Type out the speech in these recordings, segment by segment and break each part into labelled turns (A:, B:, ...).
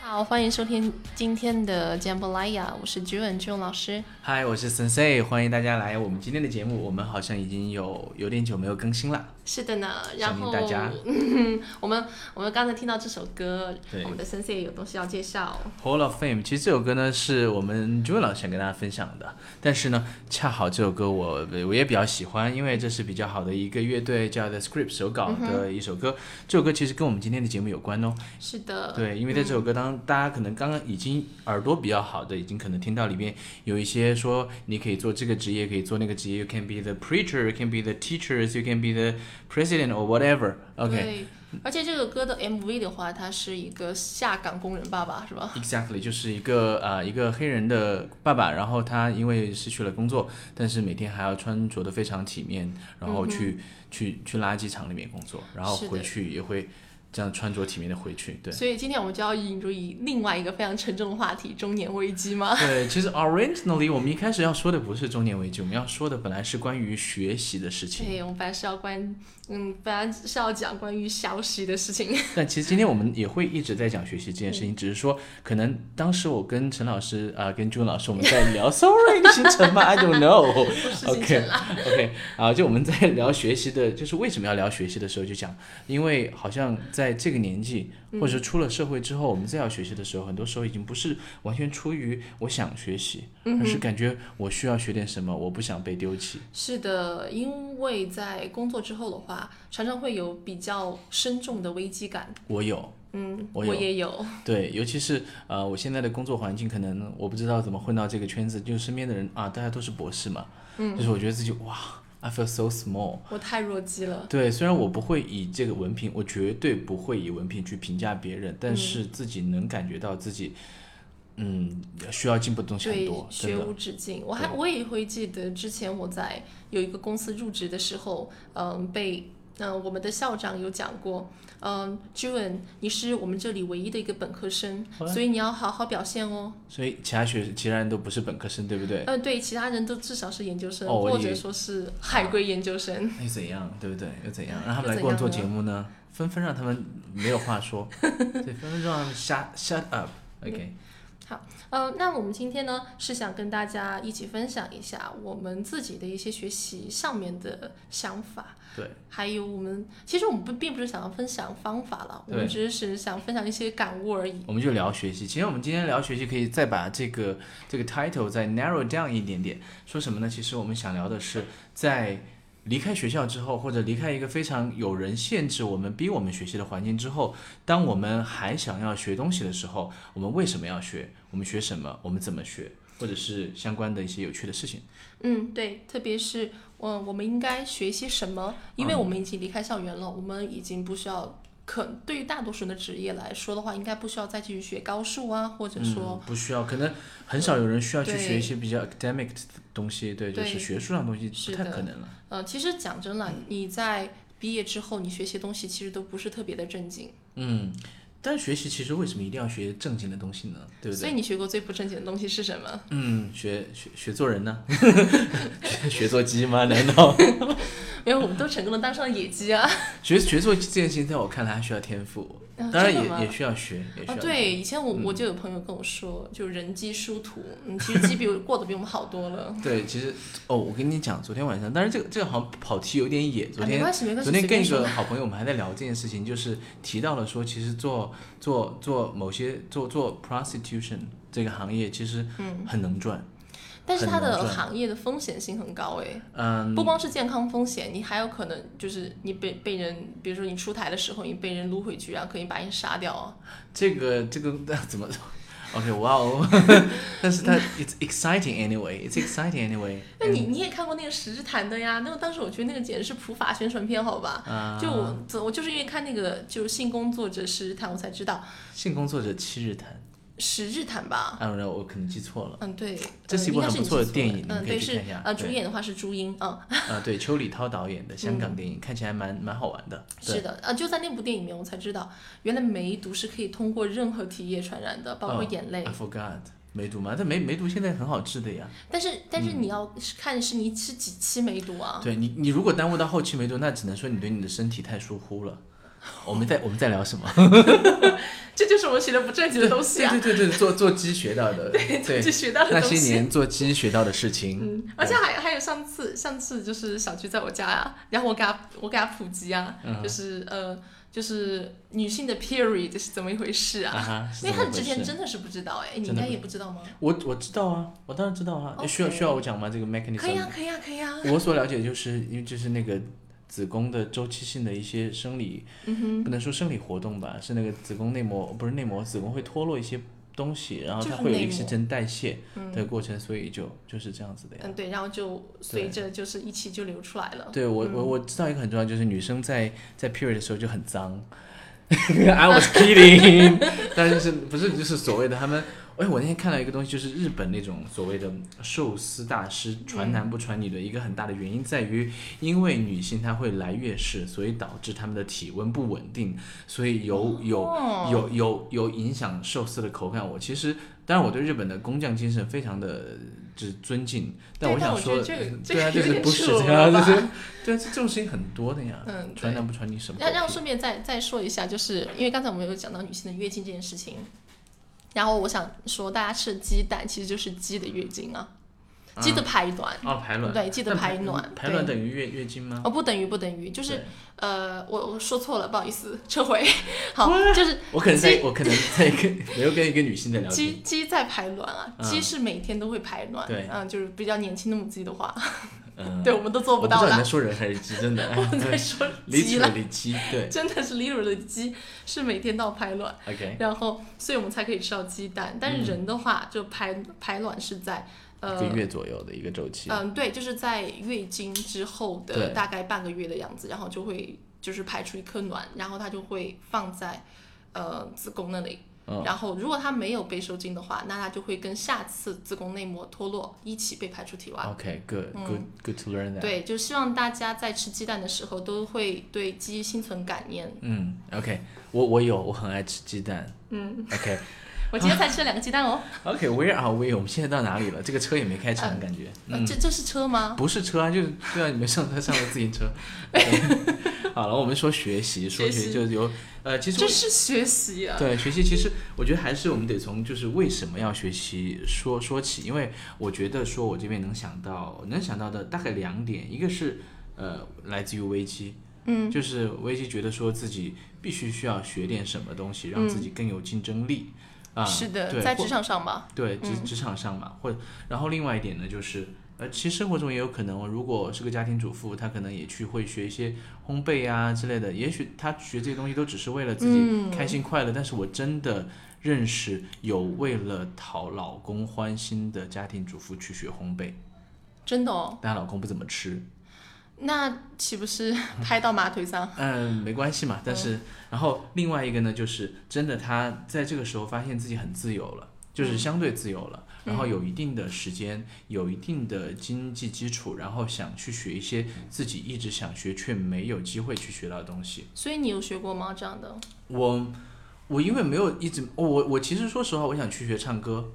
A: 好，欢迎收听今天的 Jambalaya，我是 June June 老师。
B: 嗨，我是 Sensei，欢迎大家来我们今天的节目。我们好像已经有有点久没有更新了，
A: 是的呢，然
B: 想
A: 后
B: 念大家。
A: 我们我们刚才听到这首歌，
B: 对
A: 我们的 Sensei 有东西要介绍。
B: Hall of Fame，其实这首歌呢是我们 j u 老师想跟大家分享的，但是呢，恰好这首歌我我也比较喜欢，因为这是比较好的一个乐队叫 The Script 手稿的一首歌。这首歌其实跟我们今天的节目有关哦。
A: 是的，
B: 对，因为在
A: 嗯
B: 这首歌当大家可能刚刚已经耳朵比较好的，已经可能听到里面有一些说你可以做这个职业，可以做那个职业，you can be the preacher，you can be the teachers，you can be the president or whatever。OK，exactly、
A: 对而且这个歌的 MV 的话，它是一个下岗工人爸爸，是吧？
B: Exactly，就是一个呃一个黑人的爸爸，然后他因为失去了工作，但是每天还要穿着的非常体面，然后去、去去垃圾场里面工作，然后
A: 嗯是的
B: 回去也会这样穿着体面的回去。对，
A: 所以今天我们就要引入以另外一个非常沉重的话题——中年危机 吗？
B: 对，其实 originally 我们一开始要说的不是中年危机，我们要说的本来是关于学习的事情。
A: 对，我们本来是要关，嗯，本来是要讲关于消息的事情。
B: 但其实今天我们也会一直在讲学习这件事情，只是说可能当时我跟陈老师啊、跟朱老师我们 在聊 sorry 的行程吧，I don't know
A: 是。行
B: OK
A: 程
B: OK 啊，就我们在聊学习的，就是为什么要聊学习的时候就讲，因为好像在这个年纪，或者说出了社会之后，我们再要学习的时候，很多时候已经不是完全出于我想学习，而
A: 嗯
B: 是感觉我需要学点什么，我不想被丢弃。
A: 是的，因为在工作之后的话，常常会有比较深重的危机感。
B: 我有，
A: 嗯，
B: 我
A: 我
B: 有
A: 也有，
B: 对，尤其是呃，我现在的工作环境，可能我不知道怎么混到这个圈子，就是身边的人啊，大家都是博士嘛，嗯，就是我觉得自己哇，I feel so small。
A: 我太弱鸡了。
B: 对，虽然我不会以这个文凭，我绝对不会以文凭去评价别人，
A: 嗯
B: 但是自己能感觉到自己，嗯，需要进步的东西很
A: 对
B: 多，，真
A: 学
B: 的
A: 无。止境。我还我也会记得之前我在有一个公司入职的时候，嗯，被嗯、我们的校长有讲过，嗯，June，你是我们这里唯一的一个本科生，
B: What？
A: 所以你要好好表现哦。
B: 所以其他学其他人都不是本科生，对 不对？
A: 嗯，对，其他人都至少是研究生，
B: 哦我
A: 或
B: 以
A: 者
B: 为
A: 说是海归研究生。
B: 那又怎样，对不对？又怎样？
A: 又
B: 让他们来
A: 怎
B: 跟我
A: 样
B: 做
A: 呢
B: 节目呢？纷纷让他们没有 话说，对，纷纷让他们 shut shut up。OK，
A: 呃，那我们今天呢是想跟大家一起分享一下我们自己的一些学习上面的想法，
B: 对，
A: 还有我们其实我们不并不是想要分享方法了，我
B: 对
A: 们只是想分享一些感悟而已。
B: 我们就聊学习。其实我们今天聊学习，可以再把这个这个 title 再 narrow down 一点点，说什么呢？其实我们想聊的是，在离开学校之后，或者离开一个非常有人限制我们、逼我们学习的环境之后，当我们还想要学东西的时候，我们为什么要学？我们学什么？我们怎么学？或者是相关的一些有趣的事情。
A: 嗯，对，特别是嗯，我们应该学些什么？因为我
B: 嗯
A: 们已经离开校园了，我们已经不需要。可对于大多数人的职业来说的话，应该不需要再继续学高数啊，或者说、
B: 嗯、不需要，可能很少有人需要去
A: 对
B: 学一些比较 academic 的东西，对，就
A: 对
B: 是学术上的东西
A: 是
B: 不太
A: 的
B: 可能了。
A: 呃，其实讲真了，你在毕业之后，你学习的东西其实都不是特别的正经，
B: 嗯，但学习其实为什么一定要学正经的东西呢？对不
A: 所
B: 对？
A: 以你学过最不正经的东西是什么？
B: 嗯，学学学做人呢、 学学做鸡吗？难道
A: 因为我们都成功的当上了野鸡 啊！
B: 学学做鸡这件事情，在我看来还需要天赋，
A: 啊
B: 当然
A: 真的
B: 也、
A: 吗
B: 也需要学，也需
A: 啊
B: 要，
A: 对，以前我
B: 嗯
A: 我就有朋友跟我说，就人机殊途，嗯，其实鸡比我过得比我们好多 了。
B: 对，其实哦，我跟你讲，昨天晚上，但是这个这个好像跑题有点野。昨
A: 啊、没
B: 天、
A: 关系，没关系，
B: 昨天
A: 随
B: 跟
A: 便
B: 一
A: 说
B: 个好朋友，我们还在聊这件事情，就是提到了说，其实做做做某些做做 prostitution 这个行业，其实
A: 嗯
B: 很能赚。
A: 但是它
B: 很
A: 的
B: 能赚
A: 行业的风险性很高诶，
B: 嗯，
A: 不光是健康风险，你还有可能就是你被被人，比如说你出台的时候，你被人撸回去，然后可以把你杀掉啊。
B: 这个这个 怎么？OK，哇哦！ 但是它 it's exciting anyway，it's exciting anyway。
A: 那你你也看过那个《十日谈》的呀？那个当时我觉得那个简直是普法宣传片，好吧？
B: 啊
A: 就我走我就是因为看那个就是性工作者《十日谈》，我才知道
B: 性工作者七日谈
A: 《十日谈》吧。
B: ，I don't know，我可能记 错了。
A: 嗯，对，呃
B: 这是一
A: 应
B: 部
A: 该
B: 很
A: 是
B: 不
A: 你
B: 错的
A: 记错
B: 电
A: 了
B: 影你
A: 嗯，
B: 可以
A: 对，
B: 去
A: 是
B: 看一下
A: 呃，
B: 对
A: 主演的话是朱茵，嗯，
B: 啊，对，邱礼涛导演的香港电影，看起来蛮蛮好玩的。
A: 是的，呃，就在那部电影里面，我才知道原来梅毒是可以通过任何体液传染的，包括
B: 哦
A: 眼泪。
B: I forgot，梅毒嘛，但梅梅毒现在很好治的呀。
A: 但是但是你要是看是你吃几期梅毒啊？
B: 嗯对你，你如果耽误到后期梅 毒，那只能说你对你的身体太疏忽了。我们在我们在聊什么？
A: 这就是是我们学的不正经的东西啊。
B: 对对对对，做做鸡学 到的，对
A: 就学到的
B: 那
A: 东
B: 些
A: 西。
B: 年做鸡学到的事情。
A: 嗯，而且还还有上次，上次就是小菊在我家啊，然后我给她我给她普及啊，
B: 嗯
A: 就是呃就是女性的 period 是怎么一回事
B: 啊
A: 啊？
B: 哈，是
A: 因为
B: 怎么
A: 她之
B: 回
A: 前
B: 事
A: 真的是不知道哎，你
B: 真
A: 应
B: 的
A: 该
B: 不
A: 也不知道吗？
B: 我我知道啊，我当然知道啊。
A: OK
B: 需要需要我讲吗？这个 mechanism？
A: 可以啊，可以啊，可以啊。
B: 我所了解就是因为就是那个子宫的周期性的一些生理，
A: 嗯
B: 不能说生理活动吧，是那个子宫内膜不是内膜，子宫会脱落一些东西，然后
A: 就
B: 它
A: 是
B: 会有
A: 内
B: 一个新
A: 膜
B: 陈代谢的过程，所以就就是这样子的呀。
A: 嗯，对，然后就随着就是一起就流出来了。
B: 对我我我知道一个很重要，就是女生在在 period 的时候就很脏。I was kidding，但 是是不是就是所谓的他们？哎，我那天看到一个东西，就是日本那种所谓的寿司大师传男不传女的一个很大的原因在于，因为女性她会来月事，所以导致她们的体温不稳定，所以有有
A: 哦
B: 有有有影响寿司的口感。我其实当然我对日本的工匠精神非常的就是尊敬，但
A: 对
B: 我
A: 但
B: 想
A: 我觉
B: 说，
A: 得这个
B: 嗯
A: 这
B: 对啊，
A: 个
B: 就
A: 有
B: 是
A: 点
B: 不是
A: 扯
B: 这样，就
A: 了
B: 是
A: 吧
B: 对啊，这这种事情很多的呀。
A: 嗯对
B: 传男不传女什么狗屁？
A: 然然后顺便再再说一下，就是因为刚才我们有讲到女性的月经这件事情，然后我想说，大家吃的鸡蛋其实就是鸡的月经啊，鸡的排卵，
B: 哦，排卵，
A: 对，鸡的
B: 但
A: 排卵，
B: 排卵
A: 对。
B: 等于月月经吗？
A: 哦，不等于不等于，就是
B: 对
A: 呃，我我说错了，不好意思，撤回。 好，就是
B: 我可能在
A: 鸡，
B: 我可能在跟没有跟一个女性在聊天。
A: 鸡鸡在排卵啊，
B: 嗯
A: 鸡是每天都会排卵，
B: 对
A: 嗯，就是比较年轻的母鸡的话，
B: 嗯，
A: 对，我们都
B: 我
A: 做
B: 不知
A: 到
B: 道你
A: 啦
B: 在。说人还是鸡，真的。
A: 我们 在说鸡啦，
B: literally 鸡，对
A: 真的是 literally 鸡是每天都要排卵，
B: ，OK，
A: 然后所以我们才可以吃到鸡蛋。但
B: 嗯
A: 是人的话，就排排卵是在
B: 一
A: 呃
B: 个月左右的一个周期。
A: 嗯对，就是在月经之后的
B: 对
A: 大概半个月的样子，然后就会就是排出一颗卵，然后它就会放在呃子宫那里。
B: 嗯
A: 然后，如果它没有被受精的话，那它就会跟下次子宫内膜脱落一起被排出体
B: 哦
A: 外。嗯
B: ，OK，good，good，good、to learn that。
A: 对，就希望大家在吃鸡蛋的时候都会对鸡心存感念。
B: 嗯，OK，我我有，我很爱吃鸡蛋。
A: 嗯
B: OK，
A: 我今天才吃了两个鸡蛋哦。
B: OK，Where are we？我们现在到哪里了？这个车也没开成，感觉。
A: 呃这这是车吗？
B: 不是车啊，就是对啊，你们上车上了自 行车。对好了，我们说学习，说
A: 学习
B: 学习就由呃，其实
A: 这是学习啊。
B: 对学习，其实我觉得还是我们得从就是为什么要学习说说起，因为我觉得说我这边能想到能想到的大概两点，一个是呃来自于危机，嗯，就是危机觉得说自己必须需要学点什么东西，让自己更有竞争力。啊，
A: 是
B: 对
A: 的，在
B: 或
A: 职场上吧。
B: 对职职场上嘛，或者然后另外一点呢，就是呃，其实生活中也有可能，哦如果是个家庭主妇，她可能也去会学一些烘焙啊之类的，也许她学这些东西都只是为了自己开心快乐，但是我真的认识有为了讨老公欢心的家庭主妇去学烘焙，
A: 真的哦，
B: 但她老公不怎么吃，
A: 那岂不是拍到马腿上？
B: 嗯，没关系嘛。但是，然后另外一个呢，就是真的他在这个时候发现自己很自由了，就是相对自由了，然后有一定的时间，有一定的经济基础，然后想去学一些自己一直想学却没有机会去学到的东西。
A: 所以你有学过吗？这 样的？
B: 我我因为没有一直，我我我其实说实话，我想去学唱歌，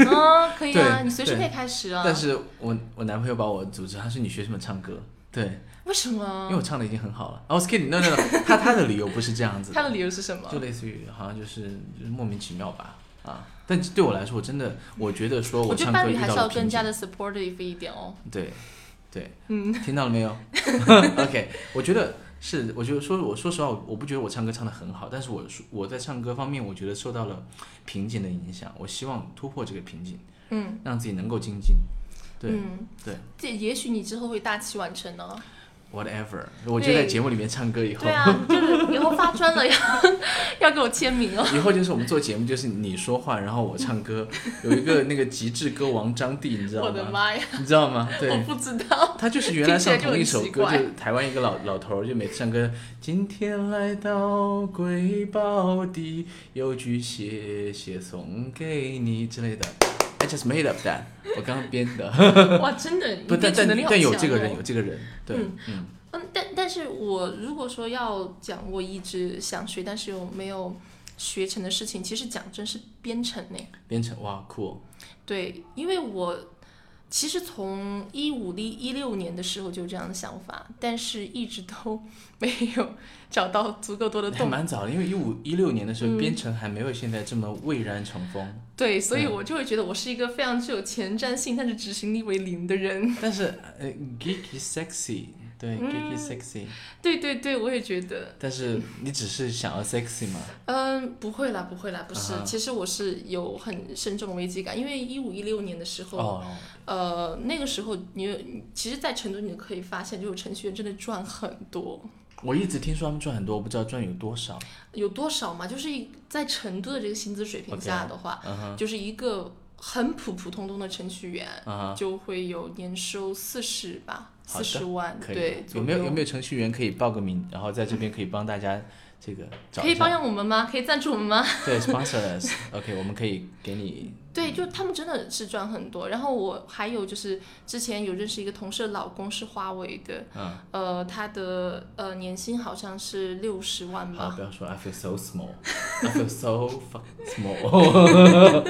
A: 啊，可以啊，
B: 对
A: 你随时可以开始啊。
B: 但是我我男朋友把我阻止，他说你学什么唱歌？对，
A: 为什
B: 因为
A: 么？
B: 我唱的已经很好了。I was kidding，no no no，他他的理由不是这样子的
A: 他的理由是什么？
B: 就类似于好像就是就是莫名其妙吧啊。但对我来说，我真的我觉得说
A: 我觉
B: 唱
A: 得
B: 歌
A: 伴
B: 遇
A: 侣还
B: 到
A: 是
B: 了
A: 要
B: 瓶
A: 更
B: 颈
A: 加，的 supportive 一点哦。
B: 对对，
A: 嗯，
B: 听到了没有 ？OK，我觉得是，我觉得说我说实话，我我不觉得我唱歌唱的很好，但是我说我在唱歌方面，我觉得受到了瓶颈的影响，我希望突破这个瓶颈，
A: 嗯，
B: 让自己能够精进。对、
A: 嗯，
B: 对
A: 这也许你之后会大器晚成呢。
B: ，whatever，我就在节目里面唱歌以后
A: 对。啊，就是以后发专了要 要给我签名哦。
B: 以后就是我们做节目，就是你说话，然后我唱歌。有一个那个极致歌王张帝，你知道吗？
A: 我的妈呀，
B: 你知道 吗？
A: 我
B: 对，
A: 不知道。
B: 他就是原来上同一首
A: 听起
B: 歌，
A: 来就很奇怪
B: 就台湾一个老老头儿，就每次唱歌，今天来到瑰宝地，有句谢谢送给你之类的。I just made up that，我 刚刚编的，
A: 哇，真的，你
B: 不，但
A: 编曲
B: 但
A: 能力好
B: 但有
A: 强
B: 这个
A: 哦
B: 人，有这个人，对，
A: 嗯
B: 嗯，
A: 嗯，但但是我如果说要讲我一直想学，但是又没有学成的事情，其实讲真是编程呢。
B: 编程哇酷哦，
A: 对，因为我其实从一五一一六年的时候就有这样的想法，但是一直都 没有找到足够多的
B: 还
A: 动力。
B: 蛮早的，因为一五一六年的时候，
A: 嗯
B: 编程还没有现在这么蔚然成 风。
A: 对，所以我就会觉得我是一个非常具有前瞻性，但是执行力为零的人。
B: 但是呃，geeky sexy，对、geeky
A: 嗯
B: sexy，
A: 对对对，我也觉得，
B: 但是你只是想要 sexy 嘛？
A: 嗯，不会啦，不会啦，不是。
B: 啊哈
A: 其实我是有很深重的危机感，因为一五一六年的时候，
B: 哦，
A: 呃，那个时候你有其实，在成都你可以发现，就是程序员真的赚很多。
B: 我一直听说他们赚很多，我不知道赚有多少。
A: 有多少嘛？就是一在成都的这个薪资水平下的话
B: 嗯哼，
A: 就是一个很普普通通的程序员
B: 啊
A: 就会有年收四十吧，
B: 好
A: 四
B: 的
A: 十万
B: 可
A: 嗯
B: 以
A: 对
B: 的。有没有有没
A: 有？
B: 有程序员可以报个名，然后在这边可以帮大家这个找
A: 可以
B: 一
A: 帮
B: 下？
A: 上我们吗？可以赞助我们吗？
B: 对，sponsor us，OK，、我们可以给你
A: 对，就他们真的是赚很多。然后我还有就是之前有认识一个同事的老公是华为的，
B: 嗯
A: 呃，他的呃年薪好像是六十万
B: 好，
A: 吧。
B: 不要说 I feel so small，I feel so fucking small 。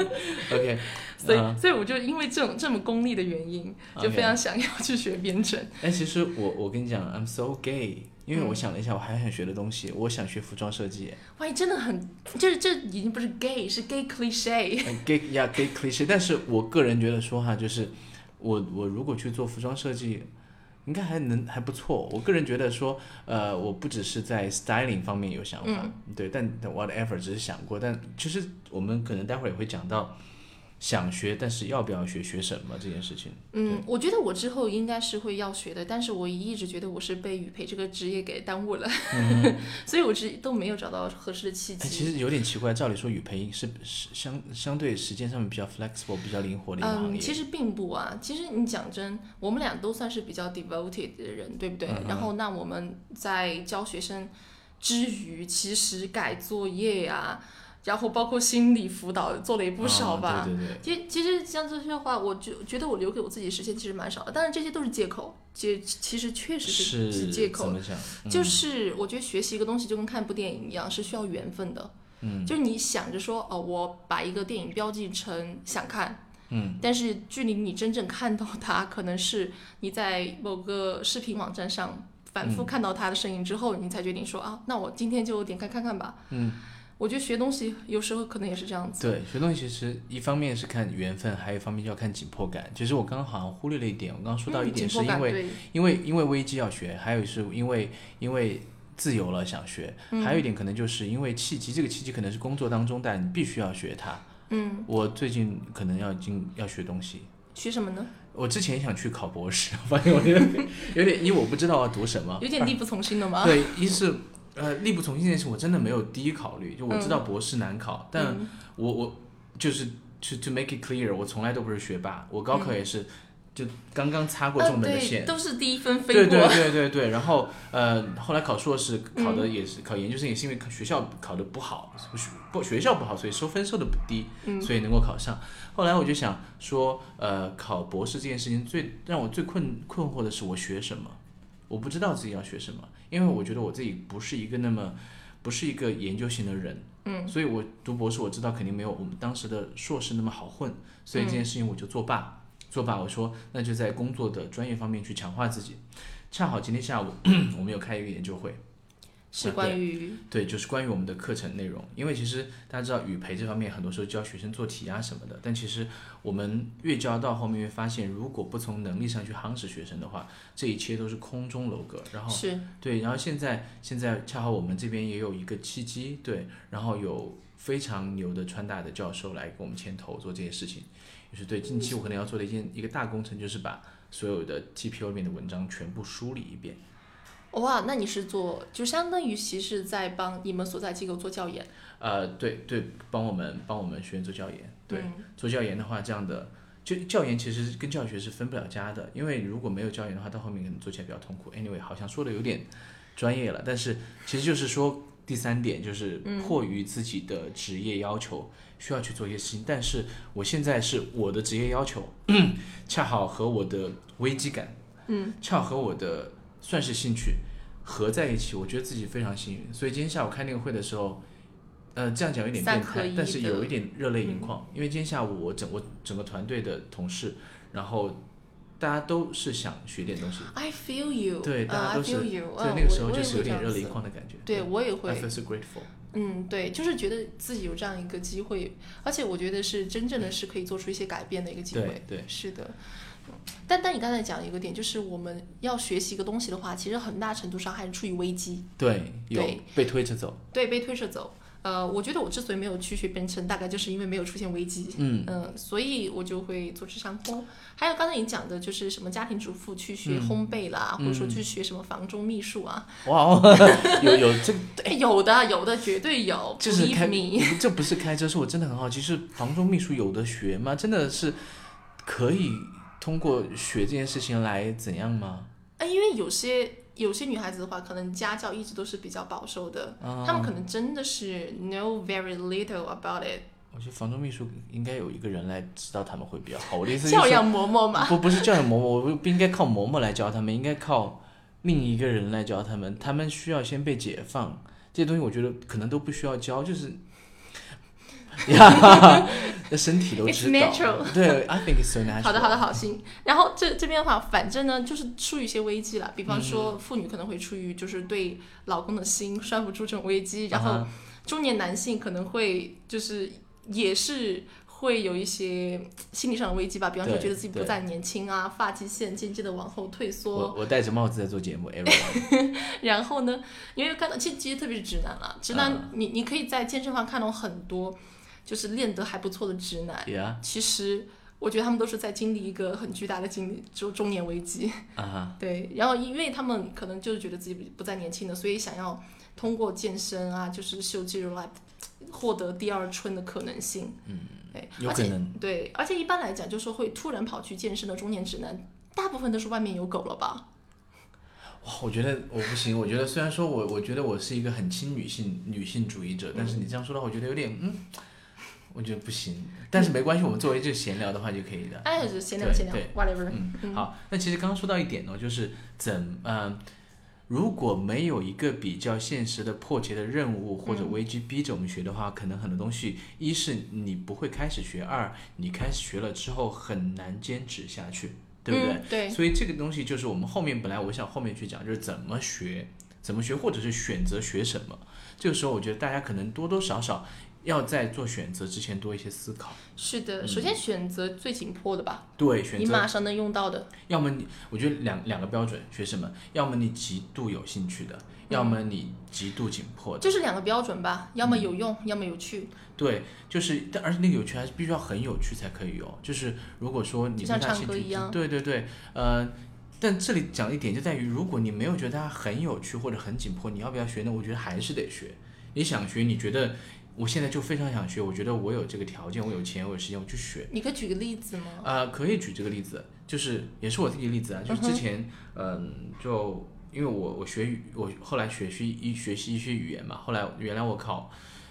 B: OK，
A: 所以，
B: 嗯
A: 所以我就因为这种这么功利的原因，就
B: OK
A: 非常想要去学编程。
B: 但其实我我跟你讲，I'm so gay，因为我想了一下，我还想学的东西，我想学服装设计。
A: 哇，真的很，这这已经不是 gay，是 gay cliche。
B: 嗯 gay 呀 gay cliche，但是我个人觉得说哈，就是我我如果去做服装设计，应该还能还不错。我个人觉得说，呃，我不只是在 styling 方面有想法，
A: 嗯
B: 对，但但 whatever 只是想过，但其实我们可能待会儿也会讲到想学，但是要不要学，学什么这件事情。
A: 嗯，我觉得我之后应该是会要学的，但是我一直觉得我是被语培这个职业给耽误了， 所以我直都没有找到合适的契
B: 嗯
A: 机。
B: 哎，其实有点奇怪，照理说语培是是相相对时间上面比较 flexible、比较灵活的一个行
A: 嗯，
B: 业。
A: 其实并不啊。其实你讲真，我们俩都算是比较 devoted 的人，对不
B: 嗯
A: 对？然后那我们在教学生之余，其实改作业啊，然后包括心理辅导做了也不少
B: 嗯
A: 吧。
B: 对对对。
A: 其实其实像这些话，我就觉得我留给我自己时间其实蛮少的，但是这些都是借口，借其实确实是
B: 是
A: 借
B: 怎
A: 口。
B: 么讲？嗯
A: 就是我觉得学习一个东西就跟看部电影一样，是需要缘分的。
B: 嗯，
A: 就是你想着说，哦，我把一个电影标记成想看，
B: 嗯，
A: 但是距离你真正看到它，可能是你在某个视频网站上反
B: 嗯
A: 复看到它的身影之后，你才决定说啊，那我今天就点开看看吧。
B: 嗯，
A: 我觉得学东西有时候可能也是这样子。
B: 对，学东西其实一方面是看缘分，还有一方面就要看紧迫感。其实我刚刚好像忽略了一点，我刚刚说到一
A: 嗯紧
B: 点
A: 迫
B: 是因
A: 感
B: 为、
A: 对
B: 因为因为危机要学，还有是因为因为自由了想学，
A: 嗯
B: 还有一点可能就是因为契机，这个契机可能是工作当中，但你必须要学它。
A: 嗯，
B: 我最近可能要进要学东西。
A: 学什么呢？
B: 我之前想去考博士， 发现我有点有点一我不知道要读什么，
A: 有点力不从心的吗？
B: 啊对，一是呃力不从心这件事，我真的没有第一考虑，就我知
A: 嗯
B: 道博士难考，但我我就是 to to make it clear，我从来都不是学霸，我高考也是、就刚刚擦过重本的线
A: 嗯啊对，。都是第一分飞
B: 对
A: 过。
B: 对对对对，然后呃，后来考硕士考
A: 嗯
B: 的也是、考研究生，也是因为学校考的不好，学不学校不好，所以收分收的不低，
A: 嗯
B: 所以能够考上。后来我就想说，呃，考博士这件事情最让我最困困惑的是我学什么，我不知道自己要学什么，因为我觉得我自己不是一个那么不是一个研究型的人，嗯，所以我读博士我知道肯定没有我们当时的硕士那么好混，所
A: 嗯
B: 以这件事情我就作罢。作罢，我说那就在工作的专业方面去强化自己。恰好今天下午 我们有开一个研究会，
A: 是
B: 啊
A: 关于
B: 对，就是关于我们的课程内容。因为其实大家知道语培这方面，很多时候教学生做题啊什么的，但其实我们越教到后面，越发现如果不从能力上去夯实学生的话，这一切都是空中楼阁。然后
A: 是
B: 对，然后现在现在恰好我们这边也有一个契机，对，然后有非常牛的川大的教授来给我们牵头做这些事情，也是对近期我可能要做的一件一个大工程，就是把所有的 TPO 里面的文章全部梳理一遍。
A: 哇，那你是做就相当于其实在帮你们所在机构做教研，
B: 呃，对对，帮我们帮我们学员做教研，对，
A: 嗯
B: 做教研的话，这样的就教研其实跟教学是分不了家的，因为如果没有教研的话，到后面可能做起来比较痛苦。Anyway，好像说的有点专业了，但是其实就是说第三点就是
A: 嗯
B: 迫于自己的职业要求，需要去做一些事情。但是我现在是我的职业要求， 恰好和我的危机感，嗯，恰好和我的算是兴趣合在一起，我觉得自己非常幸运。所以今天下午开那个会的时候，呃，这样讲有点变
A: 三合
B: 态
A: 一，
B: 但是
A: 的嗯
B: 有一点热泪盈眶，因为今天下午我整我整个团队的同事，然后大家都是想学点东西，
A: I feel you，
B: 对，
A: 呃
B: 大家都是
A: ，I feel you，
B: 在
A: 嗯
B: 那个时
A: 我
B: 候
A: 我也
B: 就是
A: 会这
B: 有点
A: 样
B: 热
A: 子
B: 泪盈眶的感觉。
A: 对我也会
B: I feel so grateful。
A: 嗯，对，就是觉得自己有这样一个机会，而且我觉得是真正的是可以做出一些改变的一个机会
B: 对。对
A: 是的。但但你刚才讲一个点，就是我们要学习一个东西的话，其实很大程度上还是出于危机，
B: 对，有
A: 对
B: 被推着走。
A: 对，被推着走。呃，我觉得我之所以没有去学编程，大概就是因为没有出现危机，
B: 嗯，
A: 嗯、所以我就会坐吃山空。还有刚才你讲的，就是什么家庭主妇去学
B: 嗯
A: 烘焙啦，或者说
B: 嗯
A: 去学什么房中秘术啊，
B: 哇哦， 有有这个
A: 哎，有的有的绝对有，
B: 这是
A: believe
B: 开
A: me
B: 这不是开车，是我真的很好奇，是房中秘书有的学吗？真的是可以通过学这件事情来怎样吗？
A: 哎，因为有些有些女孩子的话，可能家教一直都是比较保守的，
B: 啊
A: 她们可能真的是 know very little about it，
B: 我觉得房中秘书应该有一个人来指导他们会比较好。我的意思就是
A: 教
B: 说
A: 养嬷嬷嘛。
B: 不不是教养嬷嬷，我不应该靠嬷嬷来教他们，应该靠另一个人来教他们。他们需要先被解放，这些东西我觉得可能都不需要教，就是。 呀，那身体都
A: It's
B: 知道
A: natural.。
B: 对，I think it's so natural。
A: 好的，好的，好心。然后这这边的话，反正呢，就是出于一些危机了。比方
B: 嗯
A: 说，妇女可能会出于就是对老公的心拴不住这种危机，然
B: 啊
A: 后
B: 哈
A: 中年男性可能会就是也是会有一些心理上的危机吧。比方说，
B: 对
A: 觉得自己不
B: 对
A: 再年轻啊，发际线渐渐的往后退缩。
B: 我我戴着帽子在做节目 e v e r
A: 然后呢，因为看到其实其实特别是直男啦，直男、
B: 嗯
A: 你你可以在健身房看到很多就是练得还不错的直男，
B: y e a h
A: 其实我觉得他们都是在经历一个很巨大的经历，就中年危机。
B: 啊哈，
A: 对，然后因为他们可能就是觉得自己不再年轻了，所以想要通过健身啊，就是秀肌肉来获得第二春的可能性。嗯，对，
B: 有
A: 而
B: 可
A: 且
B: 能
A: 对，而且一般来讲，就是会突然跑去健身的中年直男，大部分都是外面有狗了吧？
B: 哇，我觉得我不行。我觉得虽然说我我觉得我是一个很亲女性女性主义者，但是你这样说的话，我觉得有点嗯，我觉得不行。但是没关系，我们作为这个闲聊的话就可以的。
A: 哎，就是闲聊
B: 嗯对
A: 闲聊
B: 对
A: ，whatever。
B: 嗯，好，那其实刚刚说到一点呢，哦就是怎嗯、呃如果没有一个比较现实的迫切的任务或
A: 嗯
B: 者危机逼着我们学的话，可能很多东西，一是你不会开始学，二你开始学了之后很难坚持下去，对不对？
A: 嗯、对，
B: 所以这个东西就是我们后面本来我想后面去讲，就是怎么学，怎么学，或者是选择学什么。这个时候，我觉得大家可能多多少少要在做选择之前多一些思考。
A: 是的。首先选择最紧迫的吧，
B: 对，嗯选
A: 你
B: 择
A: 马上能用到的。
B: 要么你，我觉得两两个标准，学什么？要么你极度有兴趣的，
A: 嗯
B: 要么你极度紧迫的。
A: 就是两个标准吧，要么有
B: 嗯
A: 用，要么有趣。
B: 对，就是，但而且那个有趣还是必须要很有趣才可以哦。就是如果说你
A: 就
B: 对
A: 像
B: 他
A: 唱
B: 兴
A: 歌
B: 趣
A: 一样
B: 对对对，呃，但这里讲一点就在于，如果你没有觉得它很有趣或者很紧迫，你要不要学呢？我觉得还是得学。你想学，你觉得我现在就非常想学，我觉得我有这个条件，我有钱，我有时间，我去学。
A: 你可以举个例子吗？
B: 呃，可以举这个例子，就是也是我自己的例子啊，就是之前，嗯、就因为我我学语，我后来学习一学习一些语言嘛，后来原来我考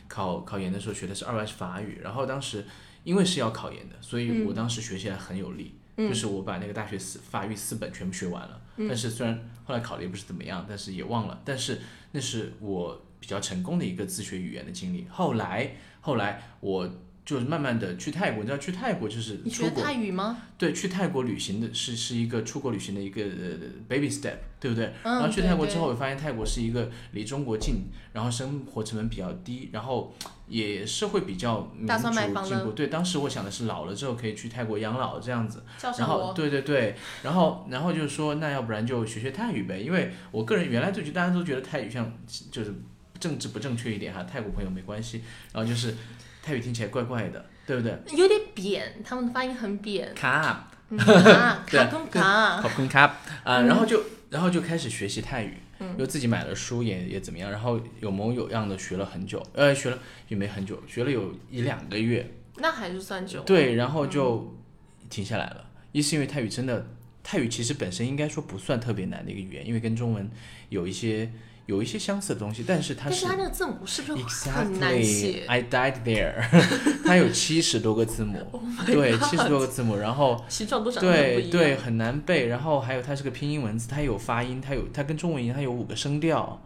B: 考考研的时候学的是二外是法语，然后当时因为是要考研的，所
A: 嗯
B: 以我当时学起来很有力，就是我把那个大学四法语四本全部学完了，
A: 嗯
B: 但是虽然后来考的也不是怎么样，但是也忘了，但是那是我比较成功的一个自学语言的经历。后来后来我。就是慢慢的去泰国，你知道去泰国就是
A: 你
B: 出
A: 学
B: 国
A: 泰语吗？
B: 对，去泰国旅行的是是一个出国旅行的一个呃 baby step，对不对？
A: 嗯
B: 然后去
A: 对
B: 泰国
A: 对
B: 之后，我发现泰国是一个离中国近，然后生活成本比较低，然后也是会比较民
A: 打算买房
B: 主进
A: 了
B: 步。对，当时我想的是老了之后可以去泰国养老这样子，
A: 叫
B: 然
A: 上
B: 后
A: 我。
B: 对对对，然后然后就是说，那要不然就学学泰语呗，因为我个人原来就觉得大家都觉得泰语像就是政治不正确一点哈，泰国朋友没关系，然后就是泰语听起来怪怪的，对不对？
A: 有点扁，他们的发音很扁，
B: 卡。啊
A: 嗯卡
B: 对
A: 卡通卡，
B: 考公卡啊，
A: 嗯
B: 然后就然后就开始学习泰语，又自己买了书也也怎么样，然后有模有样的学了很久，呃，学了也没很久，学了有一两个月，
A: 那还是算久。
B: 对，然后就停下来了。一是因为泰语真的，泰语其实本身应该说不算特别难的一个语言，因为跟中文有一些有一些相似的东西，但是它
A: 但
B: 是
A: 是它那个字母是不是很难
B: exactly 哎
A: 写？
B: I died there，它 有七十多 个字母，
A: Oh
B: 对，七十多个字母，然后。
A: 形状都长得很不
B: 对
A: 一样。
B: 对，很难背。然后还有它是个拼音文字，它有发音，它有它跟中文一样，它有五个声调。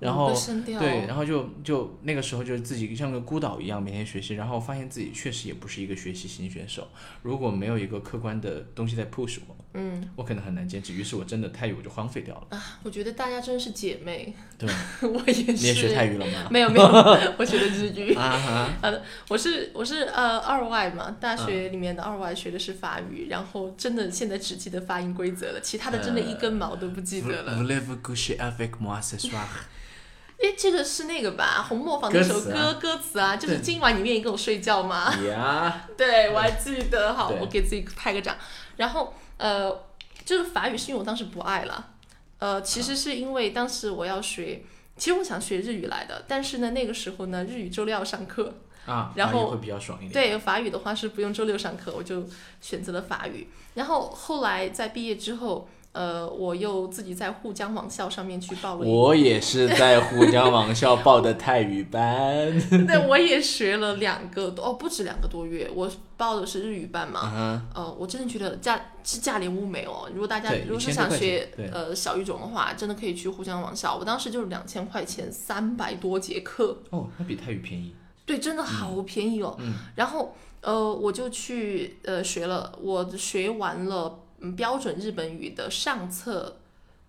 B: 然
A: 五
B: 后
A: 个声调
B: 对，然后就就那个时候就自己像个孤岛一样每天学习，然后发现自己确实也不是一个学习型选手。如果没有一个客观的东西在 push 我，
A: 嗯
B: 我可能很难坚持，于是我真的泰语我就荒废掉了。
A: 啊，我觉得大家真是姐妹，
B: 对，
A: 我也是。
B: 你也学泰语了吗？
A: 没有没 有，我学的日语。
B: 啊哈，
A: 呃我是我是呃二外嘛，
B: 嗯
A: 大学里面的二外学的是法语，然后真的现在只记得发音规则了，其他的真的一根毛都不记得了。
B: Voulez-vous coucher avec moi ce soir？
A: 诶，这个是那个吧，《红磨坊》那首
B: 歌词啊
A: 歌歌词啊，就是
B: 对
A: 今晚你愿意跟我睡觉吗？
B: 呀，
A: 对，我还记得，好，
B: 对
A: 我给自己拍个掌。然后呃，就是法语是因为我当时不爱了，呃，其
B: 嗯
A: 实是因为当时我要学，其实我想学日语来的，但是呢，那个时候呢，日语周六要上课，
B: 啊，
A: 然后
B: 法语会比较爽一点。，
A: 对法语的话是不用周六上课，我就选择了法语。然后后来在毕业之后，呃，我又自己在沪江网校上面去报了一，
B: 我也是在沪江 网校报的泰语 班。
A: 对 我也学了两个多哦，不止两个多月。我报的是日语班嘛，
B: 啊
A: 呃，我真的觉得价是价廉物美哦。如果大家
B: 对
A: 如果是
B: 1000
A: 想
B: 多块
A: 学
B: 钱对
A: 呃小语种的话，真的可以去沪江网校。我当时就是两千块钱，三百多节课，
B: 哈，哦，那比泰语便宜。
A: 对，真的好便宜哦。然后呃，我就去呃学了，我学完了嗯标准日本语的上册